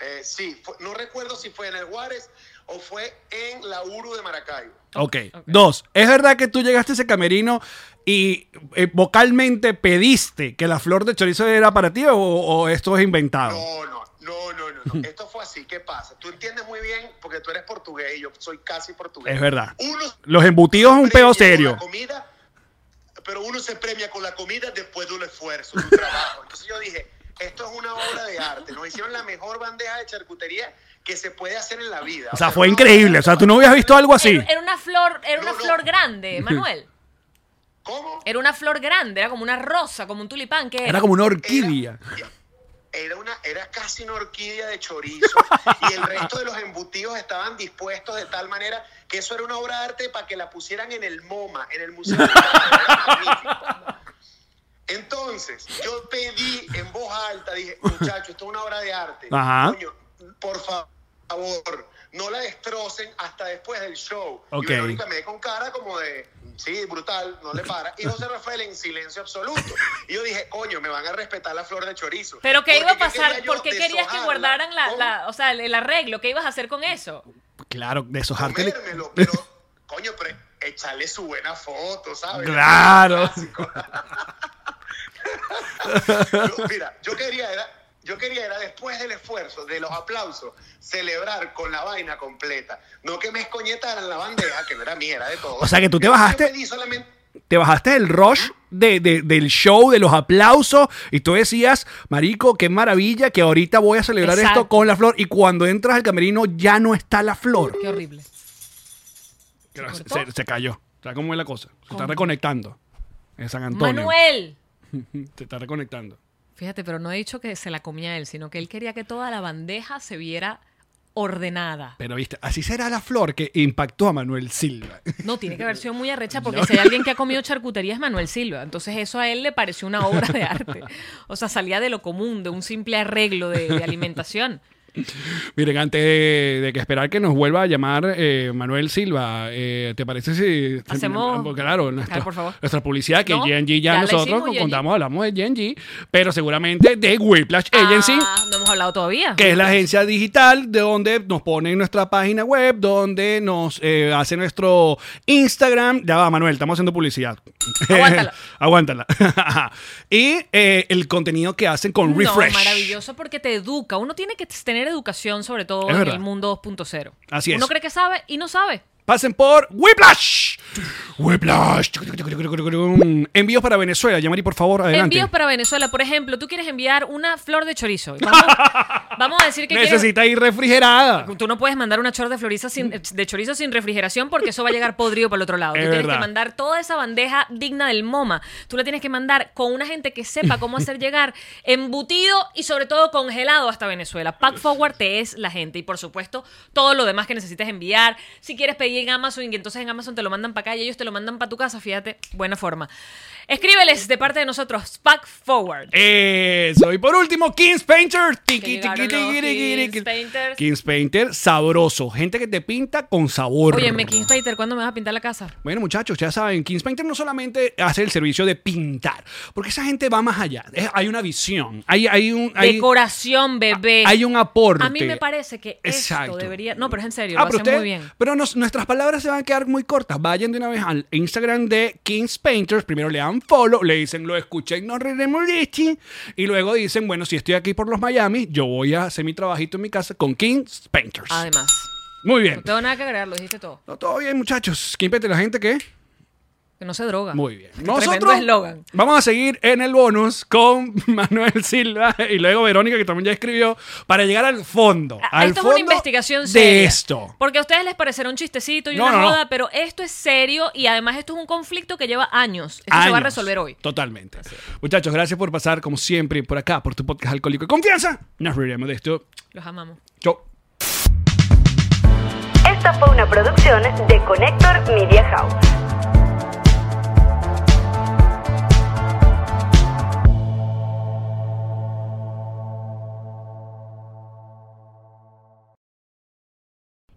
Speaker 6: Eh, sí, fue- no recuerdo si fue en el Juárez o fue en la Uru de Maracaibo.
Speaker 3: Ok. Dos, ¿es verdad que tú llegaste a ese camerino y eh, vocalmente pediste que la flor de chorizo era para ti o, o esto es inventado?
Speaker 6: No, no, no, no, no, no. Esto fue así. ¿Qué pasa? Tú entiendes muy bien porque tú eres portugués y yo soy casi portugués.
Speaker 3: Es verdad.
Speaker 6: Uno se
Speaker 3: Los embutidos es un
Speaker 6: premia
Speaker 3: pedo
Speaker 6: con
Speaker 3: serio.
Speaker 6: la comida, pero uno se premia con la comida después de un esfuerzo, de un trabajo. Entonces yo dije, esto es una obra de arte. Nos hicieron la mejor bandeja de charcutería que se puede hacer en la vida.
Speaker 3: O sea, fue increíble. O sea, tú no habías visto algo así.
Speaker 4: Era, era una flor, era una
Speaker 6: No, no.
Speaker 4: flor grande, Manuel.
Speaker 6: ¿Cómo?
Speaker 4: Era una flor grande, era como una rosa, como un tulipán. ¿Qué era?
Speaker 3: Era como una orquídea.
Speaker 6: Era, una, era casi una orquídea de chorizo y el resto de los embutidos estaban dispuestos de tal manera que eso era una obra de arte para que la pusieran en el MoMA, en el Museo. de Arte. Era magnífico. Entonces, yo pedí en voz alta, dije, muchachos, esto es una obra de arte.
Speaker 3: Ajá.
Speaker 6: Coño, por favor, no la destrocen hasta después del show.
Speaker 3: Ok.
Speaker 6: Y Verónica me ve con cara como de, sí, brutal, no le para. Y José Rafael en silencio absoluto. Y yo dije, coño, me van a respetar la flor de chorizo.
Speaker 4: Pero ¿qué
Speaker 6: Porque
Speaker 4: iba a
Speaker 6: quería
Speaker 4: pasar?
Speaker 6: yo ah,
Speaker 4: ¿Por qué querías que
Speaker 6: deshojarla?
Speaker 4: guardaran la,
Speaker 6: ¿Cómo?
Speaker 4: la- o sea, el, el arreglo? ¿Qué ibas a hacer con eso?
Speaker 3: Claro, de esos árteles.
Speaker 6: Comérmelo, pero, coño, pero echarle su buena foto, ¿sabes?
Speaker 3: Claro.
Speaker 6: Yo- mira, yo quería era, yo quería era después del esfuerzo, de los aplausos, celebrar con la vaina completa. No que me escoñetaran la bandeja, que no era mía, era de todos.
Speaker 3: O sea, que tú te
Speaker 6: Yo
Speaker 3: bajaste-
Speaker 6: pedí solamente-
Speaker 3: Te bajaste el rush de- de- del show, de los aplausos, y tú decías, Marico, qué maravilla que ahorita voy a celebrar
Speaker 4: Exacto.
Speaker 3: esto con la flor. Y cuando entras al camerino ya no está la flor.
Speaker 4: Qué horrible.
Speaker 3: Creo que se-
Speaker 4: cortó?
Speaker 3: se, se cayó. ¿Sabes cómo es la cosa? Se está reconectando. En San Antonio.
Speaker 4: ¡Manuel!
Speaker 3: Se está reconectando.
Speaker 4: Fíjate, pero no he dicho que se la comía él, sino que él quería que toda la bandeja se viera ordenada.
Speaker 3: Pero viste, así será la flor que impactó a Manuel Silva.
Speaker 4: No, tiene que haber sido muy arrecha porque si hay alguien que ha comido charcutería es Manuel Silva. Entonces eso a él le pareció una obra de arte. O sea, salía de lo común, de un simple arreglo de, de alimentación.
Speaker 3: Miren, antes de, de que esperar que nos vuelva a llamar eh, Manuel Silva, eh, ¿te parece si
Speaker 4: Hacemos-
Speaker 3: Ah, Claro, nuestra,
Speaker 4: por favor.
Speaker 3: nuestra publicidad que
Speaker 4: No,
Speaker 3: G&G ya,
Speaker 4: ya la
Speaker 3: nosotros
Speaker 4: hicimos, G&G.
Speaker 3: contamos, hablamos de G&G, pero seguramente de Whiplash Agency.
Speaker 4: Ah, no hemos hablado todavía.
Speaker 3: que es la agencia digital de donde nos ponen nuestra página web, donde nos eh, hace nuestro Instagram. Ya va, Manuel, estamos haciendo publicidad.
Speaker 4: Aguántala.
Speaker 3: Aguántala. y eh, el contenido que hacen con Refresh.
Speaker 4: No, maravilloso porque te educa. Uno tiene que tener educación, sobre todo
Speaker 3: Es
Speaker 4: en
Speaker 3: verdad.
Speaker 4: el mundo 2.0.
Speaker 3: Así es.
Speaker 4: Uno cree que sabe y no sabe.
Speaker 3: Pasen por Whiplash. Whiplash. Envíos para Venezuela. Yamari, por favor, adelante.
Speaker 4: Envíos para Venezuela, por ejemplo, tú quieres enviar una flor de chorizo. Y Vamos, vamos a decir que quieres-
Speaker 3: Necesita ir refrigerada.
Speaker 4: Tú no puedes mandar una chor de, floriza sin, de chorizo sin refrigeración porque eso va a llegar podrido para el otro lado.
Speaker 3: Mm. Es
Speaker 4: Tú tienes
Speaker 3: verdad.
Speaker 4: que mandar toda esa bandeja digna del MoMA. Tú la tienes que mandar con una gente que sepa cómo hacer llegar embutido y sobre todo congelado hasta Venezuela. Pack Forward te es la gente. Y por supuesto, todo lo demás que necesites enviar. Si quieres pedir en Amazon y entonces en Amazon te lo mandan para acá y ellos te lo mandan para tu casa, fíjate, buena forma. Escríbeles de parte de nosotros, Pack Forward.
Speaker 3: Eh, Eso. Y por último, Kings Painter. Tiki,
Speaker 4: Que
Speaker 3: tiki,
Speaker 4: llegaron
Speaker 3: tiki,
Speaker 4: los
Speaker 3: tiki,
Speaker 4: Kings
Speaker 3: tiki.
Speaker 4: Painters.
Speaker 3: Kings Painter, sabroso. Gente que te pinta con sabor.
Speaker 4: Oye, me King Spider, ¿cuándo me vas a pintar la casa?
Speaker 3: Bueno, muchachos, ya saben, Kings Painter no solamente hace el servicio de pintar, porque esa gente va más allá. Es- hay una visión, hay, hay un. Hay,
Speaker 4: Decoración, bebé.
Speaker 3: hay un aporte.
Speaker 4: A mí me parece que
Speaker 3: Exacto.
Speaker 4: esto debería. No, pero es en serio,
Speaker 3: Ah,
Speaker 4: lo
Speaker 3: pero
Speaker 4: hacen
Speaker 3: usted-
Speaker 4: muy bien.
Speaker 3: Pero nos- nuestras palabras se van a quedar muy cortas. Vayan de una vez al Instagram de Kings Painters. Primero le dan follow, le dicen lo escuché y nos reiremos de ti". Y luego dicen, bueno, si estoy aquí por los Miami, yo voy a hacer mi trabajito en mi casa con Kings Painters.
Speaker 4: Además,
Speaker 3: muy
Speaker 4: no
Speaker 3: bien.
Speaker 4: tengo nada que agregar, lo dijiste todo.
Speaker 3: No, todo bien, muchachos. Kings Painter, la gente que.
Speaker 4: Que no se droga.
Speaker 3: Muy bien.
Speaker 4: Ah, Tremendo
Speaker 3: Nosotros
Speaker 4: eslogan.
Speaker 3: vamos a seguir en el bonus con Manuel Silva y luego Verónica, que también ya escribió, para llegar al fondo.
Speaker 4: Ah,
Speaker 3: al
Speaker 4: Esto es
Speaker 3: fondo
Speaker 4: una investigación
Speaker 3: de
Speaker 4: seria.
Speaker 3: esto.
Speaker 4: Porque a ustedes les parecerá un chistecito y
Speaker 3: No,
Speaker 4: una
Speaker 3: no, no.
Speaker 4: moda, pero esto es serio y además esto es un conflicto que lleva años. Esto se va a
Speaker 3: Años.
Speaker 4: resolver hoy.
Speaker 3: Totalmente. Muchachos, gracias por pasar, como siempre, por acá, por tu podcast alcohólico de confianza. Nos reiremos de esto.
Speaker 4: Los amamos.
Speaker 3: Chau.
Speaker 1: Esta fue una producción de Connector Media House.